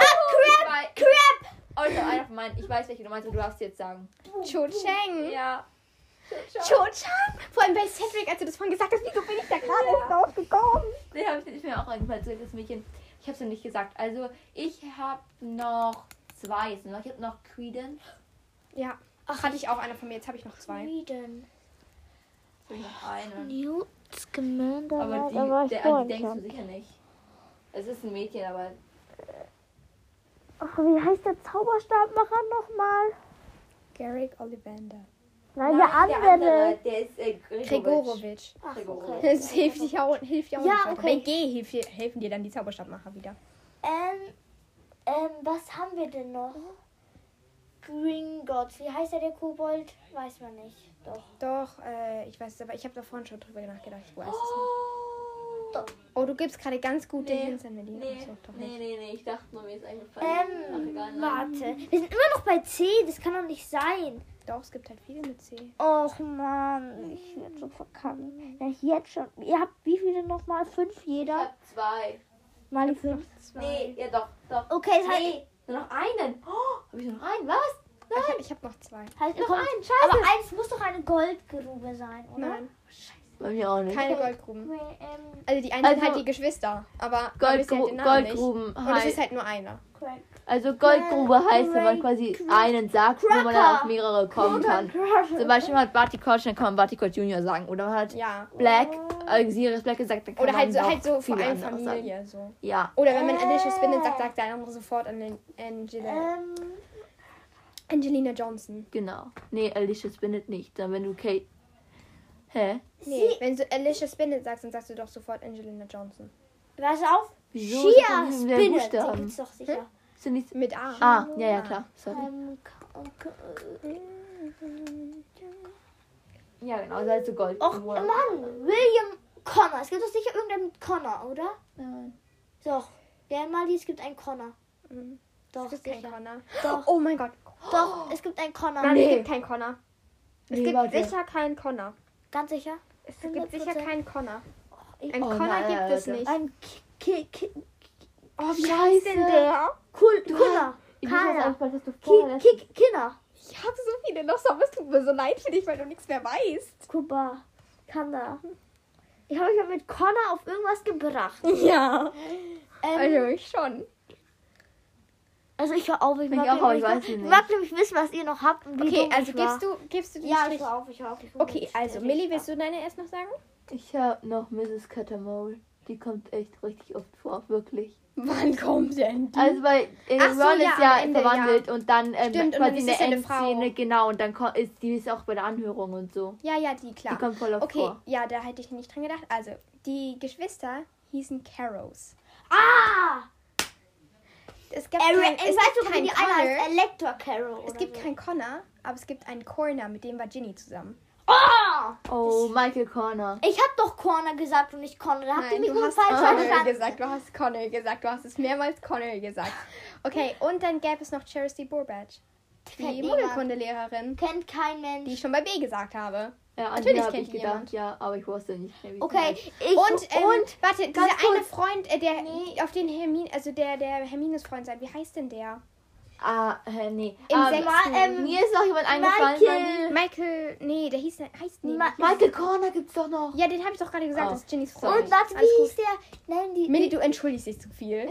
Speaker 2: Crap! Crap! Also, einer von meinen, ich weiß, welche du meinst, aber du darfst jetzt sagen.
Speaker 3: Oh.
Speaker 1: Cho Chang.
Speaker 2: Ja.
Speaker 1: Cho Chang. Vor allem bei Cedric, als du das vorhin gesagt hast, wieso bin ich da gerade erst drauf gekommen?
Speaker 2: Nee, hab ich nicht mehr auch irgendwann zurück, das Mädchen. Ich hab's noch nicht gesagt. Also, ich hab noch zwei. jetzt noch. Ich hab noch Creedence.
Speaker 1: Ja. Ach, hatte ich auch eine von mir, jetzt habe ich noch zwei.
Speaker 3: Sweden.
Speaker 2: Ich hab noch eine.
Speaker 3: Newt Scamander.
Speaker 2: Aber
Speaker 3: Knight,
Speaker 2: die,
Speaker 3: aber ich
Speaker 2: der, an
Speaker 3: vorhin
Speaker 2: die denkst du
Speaker 3: schon.
Speaker 2: sicher nicht. Es ist ein Mädchen, aber
Speaker 3: Och, wie heißt der Zauberstabmacher nochmal?
Speaker 1: Garrick Ollivander.
Speaker 3: Nein, der andere.
Speaker 4: der ist äh, Gregorovic.
Speaker 1: Gregorowitsch.
Speaker 3: Ach,
Speaker 4: Gregorowitsch.
Speaker 3: okay.
Speaker 1: Das hilft dir auch, hilft dir auch
Speaker 3: Ja,
Speaker 1: nicht weiter.
Speaker 3: okay.
Speaker 1: Bei G hilft dir, helfen dir dann die Zauberstabmacher wieder.
Speaker 3: Ähm, ähm, was haben wir denn noch? Green Gods. Wie heißt er, der Kobold? Weiß man nicht. Doch.
Speaker 1: Doch, äh, ich weiß es, aber ich habe da vorhin schon drüber nachgedacht. Ich weiß es nicht.
Speaker 4: Oh.
Speaker 1: Oh, du gibst gerade ganz gute
Speaker 4: Nee.
Speaker 1: Hints an Medina.
Speaker 4: Nee,
Speaker 1: Ach so, doch
Speaker 4: nee,
Speaker 1: nicht.
Speaker 4: nee, nee, ich dachte nur, mir ist eingefallen. Ach,
Speaker 3: Ähm,
Speaker 4: egal, nein.
Speaker 3: warte. Wir sind immer noch bei C. Das kann doch nicht sein.
Speaker 1: Doch, es gibt halt viele mit C.
Speaker 3: Och, Mann. Ich werde so verkannt. Ja, jetzt schon. Ihr habt wie viele nochmal? Fünf
Speaker 4: Ich
Speaker 3: jeder?
Speaker 4: hab zwei.
Speaker 3: Mal die fünf.
Speaker 4: Nee, ja doch, doch.
Speaker 3: Okay, das heißt,
Speaker 4: Nee, nur noch einen. Oh, hab ich nur noch einen? Was?
Speaker 1: Ich hab, Also, ich hab noch zwei.
Speaker 3: heißt ihr
Speaker 4: Noch
Speaker 3: kommt,
Speaker 4: einen, scheiße.
Speaker 3: aber eins muss doch eine Goldgrube sein, oder?
Speaker 1: Nein,
Speaker 2: Bei mir auch nicht.
Speaker 1: keine Goldgruben.
Speaker 3: Nee, ähm,
Speaker 1: Also die einen sind
Speaker 2: Also-
Speaker 1: halt die Geschwister, aber man wisst ja
Speaker 2: Goldgru
Speaker 1: halt den Namen nicht.
Speaker 2: Goldgruben
Speaker 1: Und es ist
Speaker 2: heißt.
Speaker 1: halt nur einer.
Speaker 3: Crack.
Speaker 2: Also Goldgrube heißt, wenn man quasi einen sagt, wo man dann auf
Speaker 3: Cracker.
Speaker 2: mehrere kommen kann. Zum Beispiel man hat Barty Crouch, dann kann man Barty Crouch Junior sagen. Oder man hat
Speaker 1: Ja.
Speaker 2: Black, äh, Sirius Black gesagt, dann kann
Speaker 1: Oh. Oder
Speaker 2: man
Speaker 1: halt so,
Speaker 2: noch
Speaker 1: halt so vor
Speaker 2: viele
Speaker 1: allem
Speaker 2: andere Sagen.
Speaker 1: Familie. So.
Speaker 2: Ja.
Speaker 1: Oder wenn man Alicia
Speaker 3: Äh.
Speaker 1: Spinnet sagt, sagt der andere sofort an den Angela,
Speaker 3: Ähm,
Speaker 2: Äh.
Speaker 1: Angelina Johnson.
Speaker 2: Genau. Nee, Alicia Spinnet nicht. Dann wenn du Kate. Hä?
Speaker 1: Nee,
Speaker 3: sie,
Speaker 1: wenn du Alicia Spinnet sagst, dann sagst du doch sofort Angelina Johnson.
Speaker 3: pass auf,
Speaker 2: Wieso? Das hat
Speaker 3: Shia
Speaker 2: nichts mit den
Speaker 3: Spinnet, die
Speaker 2: Buchstaben.
Speaker 3: gibt's doch sicher.
Speaker 2: Sind nicht.
Speaker 1: Mit A.
Speaker 2: Ah, ja, ja, klar. Sorry.
Speaker 3: Ähm, k-
Speaker 1: äh,
Speaker 3: k-
Speaker 2: Ja, genau. Also halt so Gold.
Speaker 3: Och, Mann, William Connor. Es gibt doch sicher irgendeinen mit Connor, oder?
Speaker 2: Nein.
Speaker 3: Doch, der Mali, es gibt einen Connor.
Speaker 1: Mhm.
Speaker 3: Doch,
Speaker 1: es gibt keinen
Speaker 3: sicher.
Speaker 1: Connor.
Speaker 3: Doch.
Speaker 1: Oh mein Gott.
Speaker 3: Doch, es gibt einen Connor.
Speaker 1: Nein,
Speaker 2: Nee.
Speaker 1: es gibt keinen Connor. Es
Speaker 2: Nee,
Speaker 1: gibt
Speaker 2: warte.
Speaker 1: sicher keinen Connor.
Speaker 3: Ganz sicher?
Speaker 1: Es gibt sicher
Speaker 3: 100%.
Speaker 1: keinen Connor.
Speaker 3: ich-
Speaker 1: Ein
Speaker 2: Oh,
Speaker 1: Connor
Speaker 2: nein,
Speaker 1: gibt es
Speaker 2: Leute.
Speaker 1: nicht.
Speaker 3: Ein K K K
Speaker 1: Oh, wie
Speaker 2: Scheiße.
Speaker 1: heißt denn der?
Speaker 3: Kul Kunner.
Speaker 2: Ich muss jetzt
Speaker 3: Kana.
Speaker 2: einfach, dass du
Speaker 3: Ki-
Speaker 2: vorher.
Speaker 3: Ki- Kinner.
Speaker 1: Ich habe so viele noch, aber es tut mir so leid für dich, weil du nichts mehr weißt.
Speaker 3: Kuba. Kanna. Ich habe euch ja mit Connor auf irgendwas gebracht.
Speaker 1: Ja,
Speaker 3: Ähm,
Speaker 1: also ich schon.
Speaker 3: also ich höre auf, ich
Speaker 2: Ich
Speaker 3: mag
Speaker 2: auch, aber
Speaker 3: nämlich-
Speaker 2: ich weiß sie nicht.
Speaker 3: mag nämlich wissen, was ihr noch habt. Und wie
Speaker 1: Okay,
Speaker 3: dumm ich
Speaker 1: also
Speaker 3: war.
Speaker 1: gibst du, gibst du den
Speaker 3: Ja, ich
Speaker 1: Strich.
Speaker 3: höre auf, ich höre auf. Ich hör
Speaker 1: Okay,
Speaker 3: auf.
Speaker 1: also
Speaker 3: Ich-
Speaker 1: Millie, willst du deine erst noch sagen?
Speaker 2: Ich hab noch Mrs. Cattermole. Die kommt echt richtig oft vor, wirklich.
Speaker 1: Wann kommt denn die?
Speaker 2: Also weil äh,
Speaker 1: Ach so,
Speaker 2: Ron
Speaker 1: ja,
Speaker 2: ist ja
Speaker 1: am Ende,
Speaker 2: verwandelt und dann ähm,
Speaker 1: Stimmt, und dann
Speaker 2: quasi
Speaker 1: ist
Speaker 2: in der
Speaker 1: es ja eine Frau.
Speaker 2: Endszene, genau, und dann ko- ist die ist auch bei der Anhörung und so.
Speaker 1: ja, ja, die,
Speaker 2: Die
Speaker 1: klar.
Speaker 2: kommt voll oft
Speaker 1: okay,
Speaker 2: vor.
Speaker 1: ja, da hätte ich nicht dran gedacht. Also, die Geschwister hießen Caros.
Speaker 3: Ah!
Speaker 1: Es gab
Speaker 3: Eric,
Speaker 1: kein,
Speaker 3: ich
Speaker 1: Äh, es
Speaker 3: weiß
Speaker 1: gibt
Speaker 3: sogar, wie
Speaker 1: keinen
Speaker 3: die eine
Speaker 1: Connor.
Speaker 3: heißt. Elector Carol.
Speaker 1: Es gibt keinen Connor, aber es gibt einen Corner, mit dem war Ginny zusammen.
Speaker 3: Oh!
Speaker 2: Oh, Michael Corner.
Speaker 3: Ich hab doch Corner gesagt und nicht Connor. Da habt ihr mich
Speaker 1: du
Speaker 3: nur
Speaker 1: hast
Speaker 3: falsch
Speaker 1: Connor
Speaker 3: verstanden.
Speaker 1: gesagt, du hast Connor gesagt, du hast es mehrmals Connor gesagt. Okay, und dann gäbe es noch Charity Burbage,
Speaker 3: Kennt
Speaker 1: die
Speaker 3: niemand.
Speaker 1: Modelkundelehrerin,
Speaker 3: Kennt kein
Speaker 1: die
Speaker 3: Mensch.
Speaker 1: ich schon bei B gesagt habe.
Speaker 2: Ja, an
Speaker 1: Natürlich
Speaker 2: die hab
Speaker 1: kennt
Speaker 2: ich
Speaker 1: ihn
Speaker 2: gedacht,
Speaker 1: jemand.
Speaker 2: ja, aber ich wusste nicht mehr, wie sie
Speaker 3: Okay,
Speaker 2: heißt.
Speaker 3: ich.
Speaker 1: Und, ähm,
Speaker 3: und
Speaker 1: warte, dieser
Speaker 3: ganz
Speaker 1: eine
Speaker 3: kurz.
Speaker 1: Freund, äh, der
Speaker 3: Nee.
Speaker 1: auf den Hermine, also der, der Hermines Freund sein, wie heißt denn der?
Speaker 2: Ah, äh, nee.
Speaker 1: Im
Speaker 2: Ähm,
Speaker 1: sechsten.
Speaker 2: ähm, mir ist noch jemand eingefallen.
Speaker 3: Michael.
Speaker 1: Michael, nee, der hieß, heißt nee.
Speaker 3: Ma-
Speaker 2: Mann. Michael Corner gibt's doch noch.
Speaker 1: ja, den habe ich doch gerade gesagt,
Speaker 2: Oh,
Speaker 1: das ist Ginnys
Speaker 2: sorry.
Speaker 1: Freund.
Speaker 3: und warte,
Speaker 1: Alles
Speaker 3: wie
Speaker 1: gut.
Speaker 3: hieß der? Nein, die.
Speaker 1: Millie, du entschuldigst dich zu viel.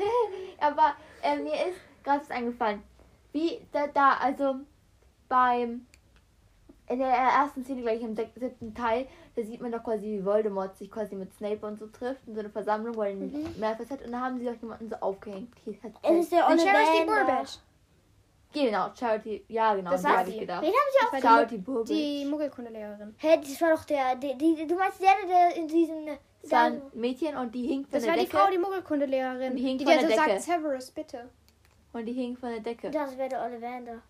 Speaker 2: Aber äh, mir ist gerade was eingefallen. Wie da, da, also beim in der ersten Szene gleich im sech- siebten Teil, da sieht man doch quasi, wie Voldemort sich quasi mit Snape und so trifft in so eine Versammlung, wo er den Malfoy hat und da haben sie doch jemanden so aufgehängt. Hier hat-
Speaker 3: es ist der
Speaker 1: Und
Speaker 3: Oliver.
Speaker 1: Charity Burbage,
Speaker 2: genau, Charity, ja genau,
Speaker 1: Das
Speaker 2: an die
Speaker 1: war's.
Speaker 2: hab ich
Speaker 3: Wen
Speaker 2: gedacht.
Speaker 3: haben sie auch?
Speaker 1: war die
Speaker 2: Charity Burbage.
Speaker 1: die Muggelkundelehrerin.
Speaker 3: Hä, das war doch der. Die, die, du meinst der, der in diesen.
Speaker 2: Das war ein Mädchen und die hing von
Speaker 1: Das
Speaker 2: der
Speaker 1: war die
Speaker 2: Decke.
Speaker 1: Frau, die Muggelkundelehrerin,
Speaker 2: Die hing
Speaker 1: die, die
Speaker 2: von
Speaker 1: dir so
Speaker 2: der Decke.
Speaker 1: sagt, Severus, bitte.
Speaker 2: und die hing von der Decke.
Speaker 3: Das wäre der Ollivander.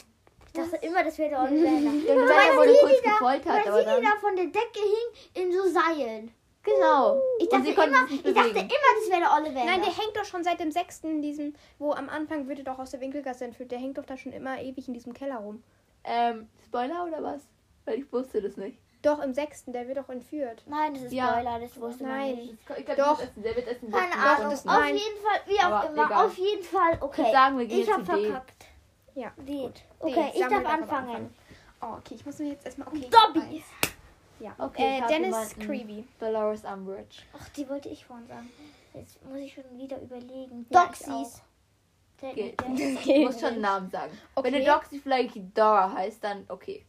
Speaker 3: Ich dachte immer, das wäre der Ollivander.
Speaker 2: Der
Speaker 3: meinst
Speaker 2: Malfoy wurde
Speaker 3: die,
Speaker 2: kurz
Speaker 3: die da-
Speaker 2: gefoltert,
Speaker 3: Weil
Speaker 2: aber
Speaker 3: sie die
Speaker 2: dann,
Speaker 3: da von der Decke hing in so Seilen.
Speaker 2: genau.
Speaker 3: Ich
Speaker 2: und
Speaker 3: dachte,
Speaker 2: sie konnten
Speaker 3: immer,
Speaker 2: sich nicht
Speaker 3: ich dachte
Speaker 2: bewegen.
Speaker 3: immer, das wäre der Ollivander.
Speaker 1: Nein, der hängt doch schon seit dem sechsten, diesem, wo am Anfang würde doch aus der Winkelgasse entführt. Der hängt doch da schon immer ewig in diesem Keller rum.
Speaker 2: Ähm, Spoiler oder was? Weil ich wusste das nicht.
Speaker 1: Doch im sechsten, der wird doch entführt.
Speaker 3: Nein, das ist
Speaker 2: Ja.
Speaker 3: Spoiler, das wusste man
Speaker 1: Nein.
Speaker 3: nicht.
Speaker 2: Ich glaub,
Speaker 1: Doch.
Speaker 2: Der wird essen, der wird essen.
Speaker 3: Keine
Speaker 2: Doch,
Speaker 3: Ahnung.
Speaker 1: das-
Speaker 3: Auf
Speaker 2: doch, nein.
Speaker 3: jeden Fall, wie auch
Speaker 2: Aber
Speaker 3: immer.
Speaker 2: egal.
Speaker 3: Auf jeden Fall,
Speaker 2: Ich
Speaker 3: okay.
Speaker 2: würde sagen, wir gehen
Speaker 3: Ich
Speaker 2: jetzt
Speaker 3: hab
Speaker 2: in D.
Speaker 3: verkackt.
Speaker 1: Ja.
Speaker 3: Die.
Speaker 1: Gut.
Speaker 3: Okay,
Speaker 1: Die
Speaker 3: ich darf
Speaker 1: Samuel aber
Speaker 3: anfangen.
Speaker 1: Oh, okay, ich muss mir jetzt erstmal. Okay,
Speaker 3: Dobby.
Speaker 1: Ja.
Speaker 2: Okay, ich
Speaker 1: äh,
Speaker 2: hab
Speaker 1: Dennis
Speaker 2: jemanden.
Speaker 1: Creevy.
Speaker 2: Dolores Umbridge.
Speaker 3: Ach, die wollte ich vorhin sagen. Jetzt muss ich schon wieder überlegen.
Speaker 1: Ja, ich
Speaker 3: Doxies. Der,
Speaker 2: Geht.
Speaker 3: der,
Speaker 2: Du musst schon einen Namen sagen.
Speaker 1: Okay.
Speaker 2: Wenn du Doxy vielleicht Dora heißt, dann okay.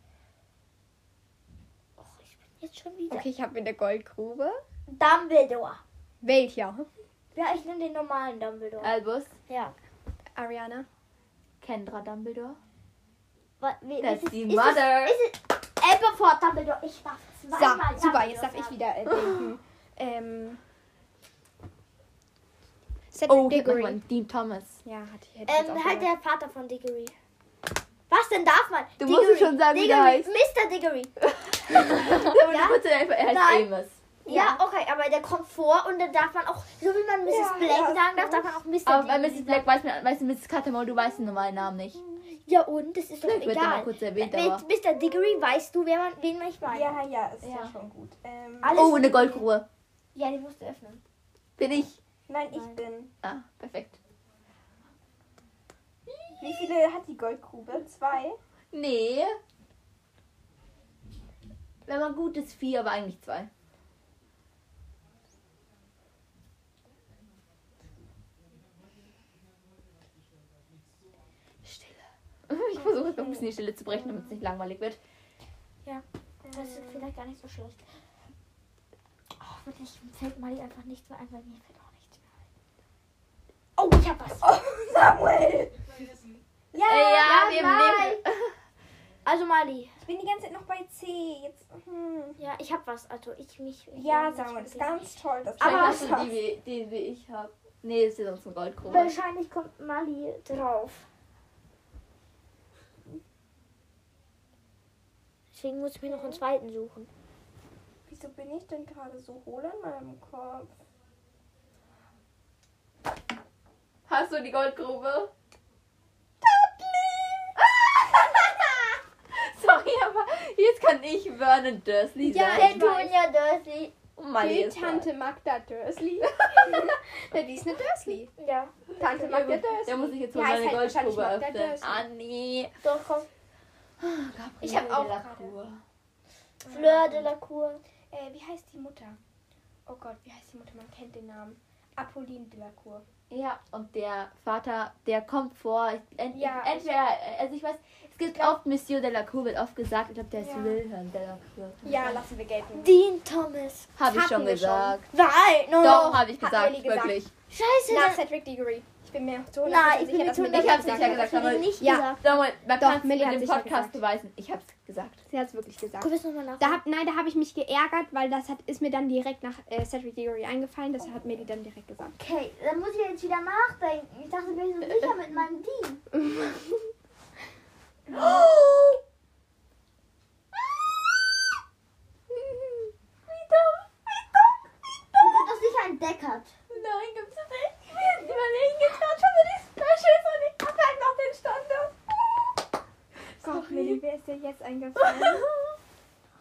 Speaker 3: Och, ich bin jetzt schon wieder.
Speaker 1: Okay, ich habe in der Goldgrube.
Speaker 3: Dumbledore.
Speaker 1: Welcher?
Speaker 3: Ja, ich nehme den normalen Dumbledore.
Speaker 2: Albus,
Speaker 3: ja.
Speaker 1: Ariana.
Speaker 2: Kendra Dumbledore.
Speaker 3: Wa- we-
Speaker 2: That's
Speaker 3: ist es-
Speaker 2: the
Speaker 3: ist es-
Speaker 2: mother.
Speaker 3: Ist es, äh, Schimpfwort, Dumbledore. Ich darf zweimal
Speaker 1: So, super,
Speaker 3: Dumbledore
Speaker 1: jetzt darf ich
Speaker 3: sagen.
Speaker 1: wieder äh, denken. Ähm. Cedric
Speaker 2: Oh, ich hab
Speaker 1: Diggory.
Speaker 2: noch einen Dean Thomas.
Speaker 1: Ja, hatte ich hätte ich jetzt
Speaker 3: Ähm,
Speaker 1: auch
Speaker 3: halt
Speaker 1: gesagt.
Speaker 3: der Vater von Diggory. Was denn darf man?
Speaker 2: Du musst es schon sagen, wie der
Speaker 3: Diggory.
Speaker 2: heißt.
Speaker 3: Mr. Diggory.
Speaker 2: Aber
Speaker 3: Ja?
Speaker 2: du musst ja einfach, er heißt
Speaker 3: Nein.
Speaker 2: Amos.
Speaker 3: Ja, okay, aber der kommt vor und dann darf man auch, so wie man Mrs.
Speaker 4: Ja,
Speaker 3: Black
Speaker 4: ja,
Speaker 3: sagen darf, darf man auch Mr.
Speaker 2: Aber bei
Speaker 3: Diggory
Speaker 2: Mrs. Black weiß man, weißt du, Mrs. Catamore, du weißt den normalen Namen nicht.
Speaker 3: sagen. Ja, und? Das ist doch
Speaker 2: Vielleicht wird der mal
Speaker 3: egal.
Speaker 2: kurz erwähnt, aber.
Speaker 3: Mit Mr. Diggory weißt du, wer man, wen man ich meine. Ja.
Speaker 4: Ja, ja, ist ja,
Speaker 2: Ja.
Speaker 4: schon gut. Ähm,
Speaker 3: Alle-
Speaker 2: Oh, eine Goldruhe.
Speaker 3: die musst du öffnen.
Speaker 2: Bin ich.
Speaker 4: nein, ich
Speaker 3: Nein.
Speaker 4: bin.
Speaker 2: Ah, perfekt.
Speaker 4: Wie viele hat die Goldgrube? Zwei?
Speaker 2: Nee. Wenn man gut ist, vier, aber eigentlich zwei. Stille. Ich versuche jetzt noch ein bisschen die Stille zu brechen, damit es nicht langweilig wird.
Speaker 3: Das ist vielleicht gar nicht so schlecht. Oh, wirklich, mir fällt Mali einfach nichts mehr ein, weil mir fällt auch nichts mehr ein. Oh, ich hab was.
Speaker 4: Oh, Samuel!
Speaker 3: Ja,
Speaker 2: Äh, ja, wir
Speaker 3: nein.
Speaker 2: nehmen-
Speaker 3: Also Mali.
Speaker 4: Ich bin die ganze Zeit noch bei C. Jetzt. Hm.
Speaker 3: Ja, ich hab was. Also ich mich. Ich
Speaker 4: Ja,
Speaker 3: ich-
Speaker 4: Samuel, ist
Speaker 3: ich-
Speaker 4: ganz toll. Das
Speaker 2: Aber
Speaker 4: aber
Speaker 2: hast du die, wie- die, wie ich habe? Nee, das ist ja sonst eine Goldkrone.
Speaker 3: Wahrscheinlich kommt Mali drauf. Deswegen muss ich mir noch einen zweiten suchen.
Speaker 4: Wieso bin ich denn gerade so hohl in meinem Kopf?
Speaker 2: Hast du die Goldgrube? Sorry, aber jetzt kann ich Vernon Dursley
Speaker 1: Ja,
Speaker 2: sein.
Speaker 1: ich weiß.
Speaker 3: Dursley.
Speaker 2: Oh, meine
Speaker 1: Die
Speaker 2: ist
Speaker 1: Tante Magda Dursley. Na, die ist eine Dursley.
Speaker 3: Ja,
Speaker 1: Tante
Speaker 2: da.
Speaker 1: Magda Dursley.
Speaker 2: Der muss ich jetzt
Speaker 1: Die
Speaker 2: mal
Speaker 1: heißt
Speaker 2: meine
Speaker 1: halt wahrscheinlich
Speaker 2: Goldgrube
Speaker 1: Magda
Speaker 2: öffnen.
Speaker 1: Dursley.
Speaker 2: Ah, nee.
Speaker 3: doch kommt
Speaker 1: Ich hab auch
Speaker 3: Fleur de la Cour.
Speaker 1: Äh, wie heißt die Mutter? Oh Gott, wie heißt die Mutter? Man kennt den Namen. Apolline Delacour.
Speaker 2: Ja, und der Vater, der kommt vor. Ent
Speaker 1: Ja,
Speaker 2: entweder, also ich weiß, es gibt oft Monsieur Delacour, wird oft gesagt, ich glaube, der ist
Speaker 1: Ja.
Speaker 2: Wilhelm Delacour.
Speaker 1: Ja, lassen wir gelten.
Speaker 3: Dean Thomas.
Speaker 2: Habe ich
Speaker 1: hatten
Speaker 2: schon
Speaker 1: wir schon.
Speaker 2: gesagt.
Speaker 3: Nein, no,
Speaker 2: Doch,
Speaker 3: no.
Speaker 2: habe ich
Speaker 1: Hat
Speaker 2: gesagt,
Speaker 1: Ellie gesagt.
Speaker 2: wirklich.
Speaker 3: Scheiße.
Speaker 1: Nach
Speaker 3: dann-
Speaker 1: Cedric Diggory. Ich bin mir so
Speaker 3: Nein, ich bin mir
Speaker 1: dass
Speaker 3: zu
Speaker 1: Millie
Speaker 2: Ich hab's
Speaker 1: gesagt
Speaker 2: sicher
Speaker 1: hat.
Speaker 2: gesagt.
Speaker 3: Ich habe nicht
Speaker 1: Ja.
Speaker 3: gesagt.
Speaker 2: Samuel, man
Speaker 1: Doch,
Speaker 2: kann es mit
Speaker 1: Millie hat
Speaker 2: dem
Speaker 1: sicher
Speaker 2: Podcast
Speaker 1: gesagt.
Speaker 2: beweisen. Ich habe es gesagt.
Speaker 1: Sie hat es wirklich gesagt.
Speaker 3: Guck es nochmal nach.
Speaker 1: Da hab, nein, da habe ich mich geärgert, weil das hat, ist mir dann direkt nach äh, Cedric Diggory eingefallen. Das hat Millie dann direkt gesagt.
Speaker 3: Okay, dann muss ich jetzt wieder nachdenken. Ich dachte, wir sind sicher mit meinem Dean. Du bist doch sicher ein Deckard.
Speaker 2: Nein, gibt's das nicht. Ich will jetzt überlegen, jetzt gerade schon wieder die Specials und ich hab halt noch den Standard.
Speaker 1: Gott, Millie, wer ist dir jetzt eingefallen?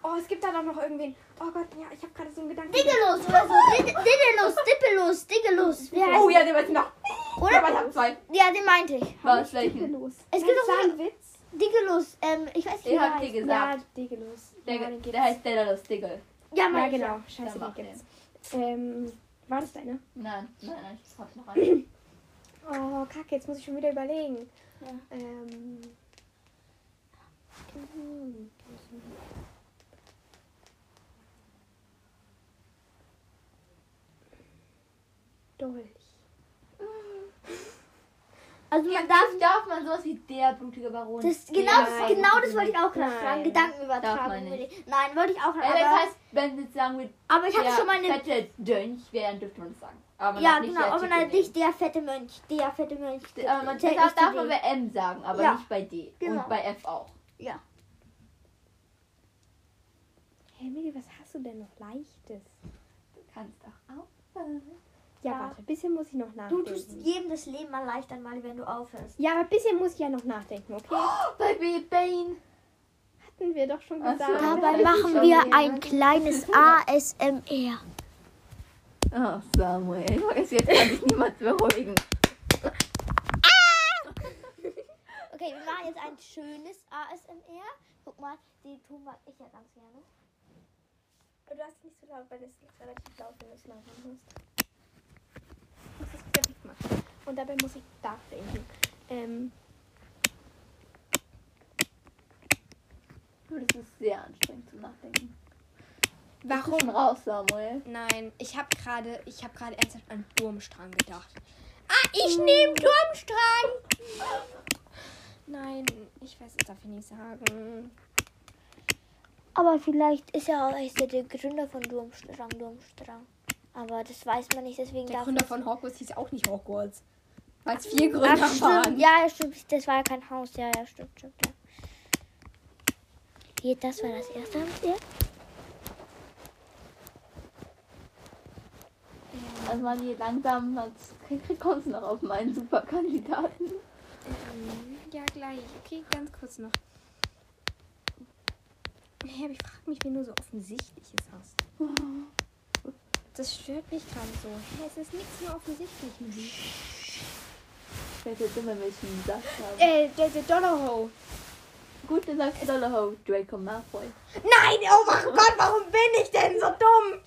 Speaker 1: Oh, es gibt da doch noch irgendwen. Oh Gott, ja, ich habe gerade so einen Gedanken.
Speaker 3: Diggelus oder so. Did- Diddleus, Dippelus, Diggelus. Wer heißt
Speaker 2: Oh ja, den weiß ich noch.
Speaker 3: Oder?
Speaker 2: Aber ich hab zwei.
Speaker 3: Ja, den meinte ich.
Speaker 2: Was,
Speaker 1: Diggelus.
Speaker 2: welchen?
Speaker 3: Es gibt doch so
Speaker 1: einen
Speaker 3: einen
Speaker 1: Witz.
Speaker 3: Diggelus. Ähm, ich weiß nicht, wie
Speaker 2: Den
Speaker 3: er
Speaker 2: hab ich
Speaker 3: heißt.
Speaker 2: dir
Speaker 1: Ja,
Speaker 2: gesagt.
Speaker 1: Diggelus. Ja,
Speaker 2: Der,
Speaker 1: den
Speaker 2: der heißt Dedalus Diggle.
Speaker 3: Ja,
Speaker 1: Ja,
Speaker 3: meine ich,
Speaker 1: genau. Scheiße,
Speaker 2: Dann
Speaker 1: die
Speaker 2: mach
Speaker 1: gibt's. Ähm, war das deine?
Speaker 2: Nein, nein, nein, ich hab noch einen.
Speaker 1: Oh, kacke, jetzt muss ich schon wieder überlegen.
Speaker 3: Ja.
Speaker 1: Ähm. mhm. Dolch.
Speaker 3: Also man
Speaker 2: Man
Speaker 3: darf
Speaker 2: darf, darf man sowas wie der blutige Baron.
Speaker 3: das genau, das,
Speaker 1: Nein.
Speaker 3: genau das wollte ich auch gerade
Speaker 1: Nein.
Speaker 3: fragen. Gedanken
Speaker 2: Darf
Speaker 3: übertragen.
Speaker 2: man
Speaker 3: würde ich- Nein, wollte ich auch
Speaker 2: Äh,
Speaker 3: gerade.
Speaker 2: das
Speaker 3: Aber,
Speaker 2: heißt, wenn wir jetzt sagen wir,
Speaker 3: aber ich hatte
Speaker 2: der
Speaker 3: schon mal eine.
Speaker 2: fette Dönch wäre, dann dürfte man das sagen. Aber man
Speaker 3: Ja,
Speaker 2: darf nicht
Speaker 3: genau.
Speaker 2: der
Speaker 3: Aber
Speaker 2: Titel
Speaker 3: nein,
Speaker 2: nehmen.
Speaker 3: nicht der fette Mönch. Der fette Mönch.
Speaker 2: Aber Äh, man
Speaker 3: Zählt
Speaker 2: darf,
Speaker 3: nicht
Speaker 2: darf
Speaker 3: zu
Speaker 2: man
Speaker 3: dem.
Speaker 2: bei M sagen, aber
Speaker 3: Ja.
Speaker 2: nicht bei D.
Speaker 3: Genau.
Speaker 2: Und bei F auch.
Speaker 1: Hey, Mili, was hast du denn noch Leichtes?
Speaker 2: Du kannst doch auch.
Speaker 1: Ja,
Speaker 3: Ja.
Speaker 1: warte, ein bisschen muss ich noch
Speaker 3: Du
Speaker 1: nachdenken.
Speaker 3: tust jedem das Leben erleichtern, mal wenn du aufhörst.
Speaker 1: ja, aber ein bisschen muss ich ja noch nachdenken, okay?
Speaker 2: Oh, Bei B, Bane.
Speaker 1: Hatten wir doch schon
Speaker 2: Ach so.
Speaker 1: gesagt.
Speaker 2: Dabei Alles machen schon ne? wir wieder. ein
Speaker 3: kleines ASMR.
Speaker 2: Oh, Samuel. Jetzt kann sich niemand beruhigen.
Speaker 3: Okay, wir machen jetzt ein schönes ASMR. Guck mal, die tun mag ich ja ganz gerne.
Speaker 4: Du hast nicht so laut, weil es ist relativ laut, wenn du es machen musst.
Speaker 1: Ich muss das wieder wegmachen. Und dabei muss ich nachdenken. Ähm,
Speaker 2: Das ist sehr anstrengend zum Nachdenken.
Speaker 1: warum?
Speaker 2: Komm raus, Samuel.
Speaker 1: Nein, ich habe gerade, ich habe gerade ernsthaft an Durmstrang gedacht. Ah, ich nehme Durmstrang. Nein, ich weiß es darf ich nicht sagen.
Speaker 3: Aber vielleicht ist er auch ist er der Gründer von Durmstrang, Durmstrang. Aber das weiß man nicht, deswegen
Speaker 4: Der
Speaker 3: darf
Speaker 4: Gründer von Hogwarts hieß auch nicht Hogwarts. Weil es vier Gründer
Speaker 3: Ach,
Speaker 4: waren.
Speaker 3: stimmt. Ja, ja, stimmt. Das war ja kein Haus. Ja, ja, stimmt, stimmt. Ja. Hier, das war das erste Haus hier.
Speaker 2: Also man hier langsam, sonst kommst du noch auf meinen Superkandidaten.
Speaker 1: Ja, gleich. Okay, ganz kurz noch. Hey, aber ich frage mich, wenn du so Offensichtliches hast.
Speaker 2: Oh,
Speaker 1: Das stört mich gerade so. Hey, es ist nichts mehr offensichtlich. Musik.
Speaker 2: Ich weiß jetzt immer, welchen gesagt haben.
Speaker 1: Äh, der, der Dollarho.
Speaker 2: Gut, du sagst Dollarho, Draco Malfoy.
Speaker 4: Nein, oh mein Gott, warum bin ich denn so dumm?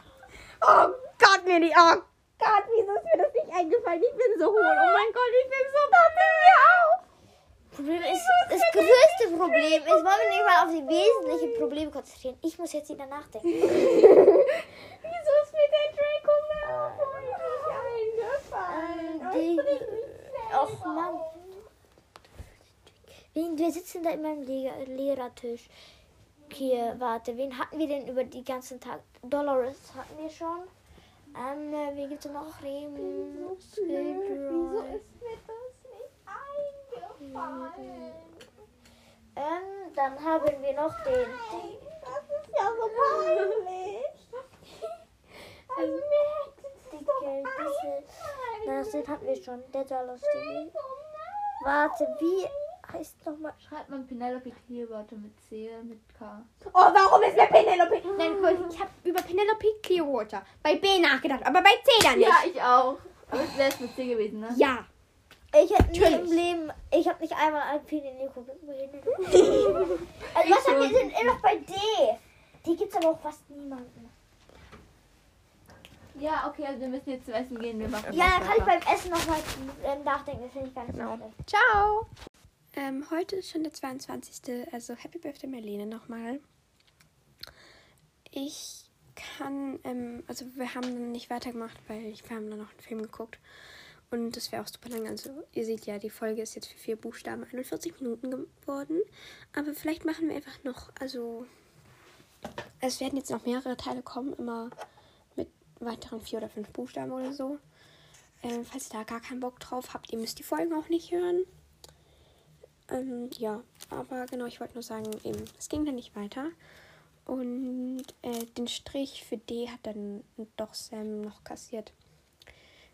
Speaker 4: Oh Gott, mir die, oh Gott, wieso ist mir das nicht eingefallen? Ich bin so hohl. Oh mein Gott, ich bin so dumm wie auch.
Speaker 3: Problem ist, das größte Problem ist, wollen wir nicht mal auf die wesentlichen Probleme konzentrieren. Ich muss jetzt wieder nachdenken.
Speaker 4: Wieso ist mir der Draco Malfoy nicht eingefallen?
Speaker 3: Die, och Mann. Wen, wir sitzen da immer am Le Lehrertisch. Hier, warte, wen hatten wir denn über den ganzen Tag? Dolores hatten wir schon. Ähm, äh, wen gibt's denn noch? Remus,
Speaker 4: Wieso
Speaker 3: Gilderoy.
Speaker 4: ist mir das nicht eingefallen?
Speaker 3: Ähm, dann haben wir noch den. den
Speaker 4: Das ist ja so peinlich. Also mir hätte es
Speaker 3: die
Speaker 4: doch
Speaker 3: gelbe
Speaker 4: eingefallen.
Speaker 3: Na, den hatten wir schon. Der soll aus dem. Warte, wie heißt nochmal?
Speaker 2: Schreibt man Penelope Clearwater mit C oder mit K?
Speaker 4: Oh, warum ist mir Penelope?
Speaker 1: Nein, cool. Ich habe über Penelope Clearwater bei B nachgedacht, aber bei C dann nicht.
Speaker 2: Ja, ich auch. Aber es wäre es mit C gewesen, ne?
Speaker 1: Ja.
Speaker 3: Ich hätte nie im
Speaker 1: Natürlich.
Speaker 3: Leben. Ich habe nicht einmal ein Pinel geguckt. also, was haben wir denn immer bei D? Die gibt's aber auch fast niemanden.
Speaker 2: Ja, okay, also wir müssen jetzt zum Essen gehen. Wir machen
Speaker 3: Ja,
Speaker 2: das
Speaker 3: dann kann ich
Speaker 2: einfach.
Speaker 3: beim Essen nochmal ähm, nachdenken. Das finde ich gar nicht so schlecht.
Speaker 1: Ciao. Ähm, heute ist schon der 22. Also Happy Birthday Marlene nochmal. Ich kann, ähm, also wir haben dann nicht weitergemacht, weil ich, wir haben dann noch einen Film geguckt. Und das wäre auch super lang. Also ihr seht ja, die Folge ist jetzt für vier Buchstaben 41 Minuten geworden. Aber vielleicht machen wir einfach noch, also es werden jetzt noch mehrere Teile kommen, immer mit weiteren vier oder fünf Buchstaben oder so. Ähm, falls ihr da gar keinen Bock drauf habt, ihr müsst die Folgen auch nicht hören. Ähm, ja, aber genau, ich wollte nur sagen, eben, es ging dann nicht weiter. Und äh, den Strich für D hat dann doch Sam noch kassiert,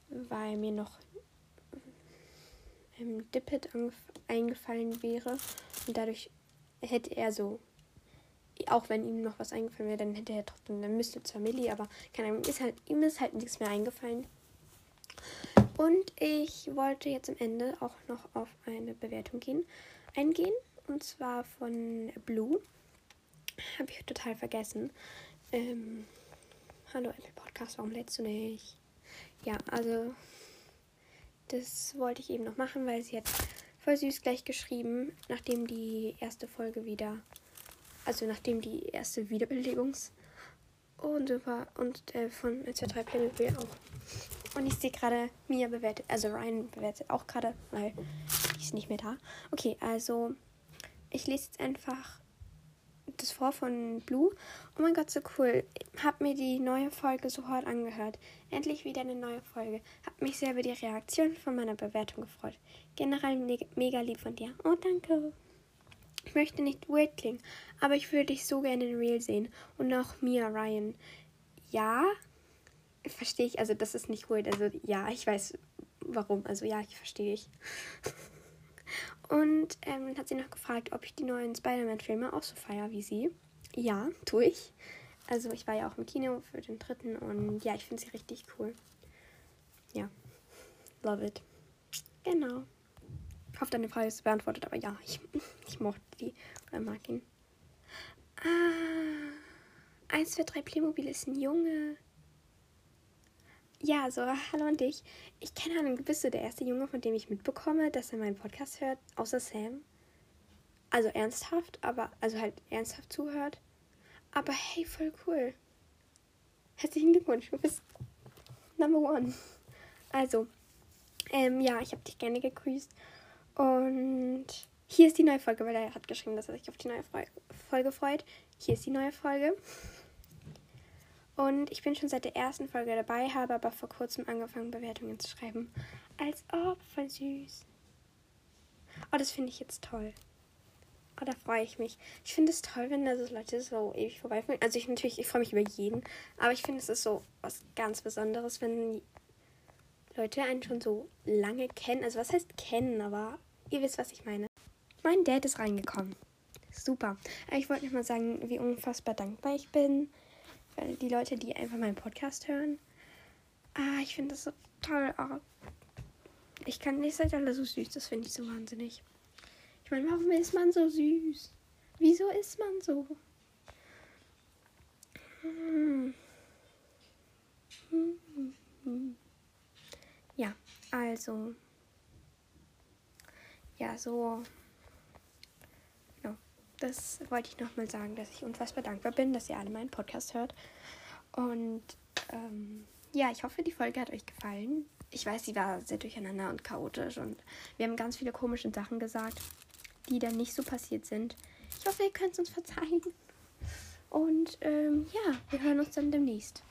Speaker 1: weil mir noch ähm, Dippet angef- eingefallen wäre. Und dadurch hätte er so, auch wenn ihm noch was eingefallen wäre, dann hätte er trotzdem, dann müsste zwar Millie, aber keine Ahnung, ist halt, ihm ist halt nichts mehr eingefallen. Und ich wollte jetzt am Ende auch noch auf eine Bewertung gehen, eingehen. Und zwar von Blue. Habe ich total vergessen. Ähm, hallo Apple Podcast, warum lädst du nicht? Ja, also das wollte ich eben noch machen, weil sie hat voll süß gleich geschrieben, nachdem die erste Folge wieder, also nachdem die erste Wiederbelegungs- und super und äh, von 2-3 Playmobil auch und ich sehe gerade, Mia bewertet, also Ryan bewertet auch gerade, weil die ist nicht mehr da. Okay, also ich lese jetzt einfach das vor von Blue. Oh mein Gott, so cool. Hab mir die neue Folge sofort angehört. Endlich wieder eine neue Folge. Hab mich sehr über die Reaktion von meiner Bewertung gefreut. Generell ne- mega lieb von dir. Oh, danke. Ich möchte nicht weird klingen, aber ich würde dich so gerne in Real sehen. Und auch Mia, Ryan. Ja, verstehe ich, also das ist nicht weird. Also ja, ich weiß warum. Also ja, ich verstehe ich. Und ähm, dann hat sie noch gefragt, ob ich die neuen Spider-Man-Filme auch so feier wie sie. Ja, tue ich. Also ich war ja auch im Kino für den dritten und ja, ich finde sie richtig cool. Ja, love it. Genau. Ich hoffe, deine Frage ist beantwortet, aber ja, ich, ich mochte die oder mag ihn. Ah, 1, 4, 3 Playmobil ist ein Junge. Ja, so, hallo an dich. Ich keine Ahnung, bist du der erste Junge, von dem ich mitbekomme, dass er meinen Podcast hört, außer Sam? Also ernsthaft, aber, also halt ernsthaft zuhört. Aber hey, voll cool. Herzlichen Glückwunsch, du bist Number One. Also, ähm, ja, ich habe dich gerne gegrüßt. Und Hier ist die neue Folge, weil er hat geschrieben, dass er sich auf die neue Freu- Folge freut. Hier ist die neue Folge. Und ich bin schon seit der ersten Folge dabei, habe aber vor kurzem angefangen, Bewertungen zu schreiben. Als ob, voll süß. Oh, das finde ich jetzt toll. Oh, da freue ich mich. Ich finde es toll, wenn da so Leute so ewig vorbeifahren. Also ich natürlich, ich freue mich über jeden, aber ich finde es ist so was ganz Besonderes, wenn Leute einen schon so lange kennen. Also was heißt kennen, aber ihr wisst, was ich meine. Mein Dad ist reingekommen. Super. Aber Ich wollte nochmal sagen, wie unfassbar dankbar ich bin. Für die Leute, die einfach meinen Podcast hören. Ah, ich finde das so toll. Oh. Ich kann nicht seid alle so süß. Das finde ich so wahnsinnig. Ich meine, warum ist man so süß? Wieso ist man so? Hm. Hm, hm, hm. Ja, also. Ja, so. Genau. Das wollte ich nochmal sagen, dass ich unfassbar dankbar bin, dass ihr alle meinen Podcast hört. Und ähm, ja, ich hoffe, die Folge hat euch gefallen. Ich weiß, sie war sehr durcheinander und chaotisch und wir haben ganz viele komische Sachen gesagt, die dann nicht so passiert sind. Ich hoffe, ihr könnt es uns verzeihen. Und ähm, ja, wir hören uns dann demnächst.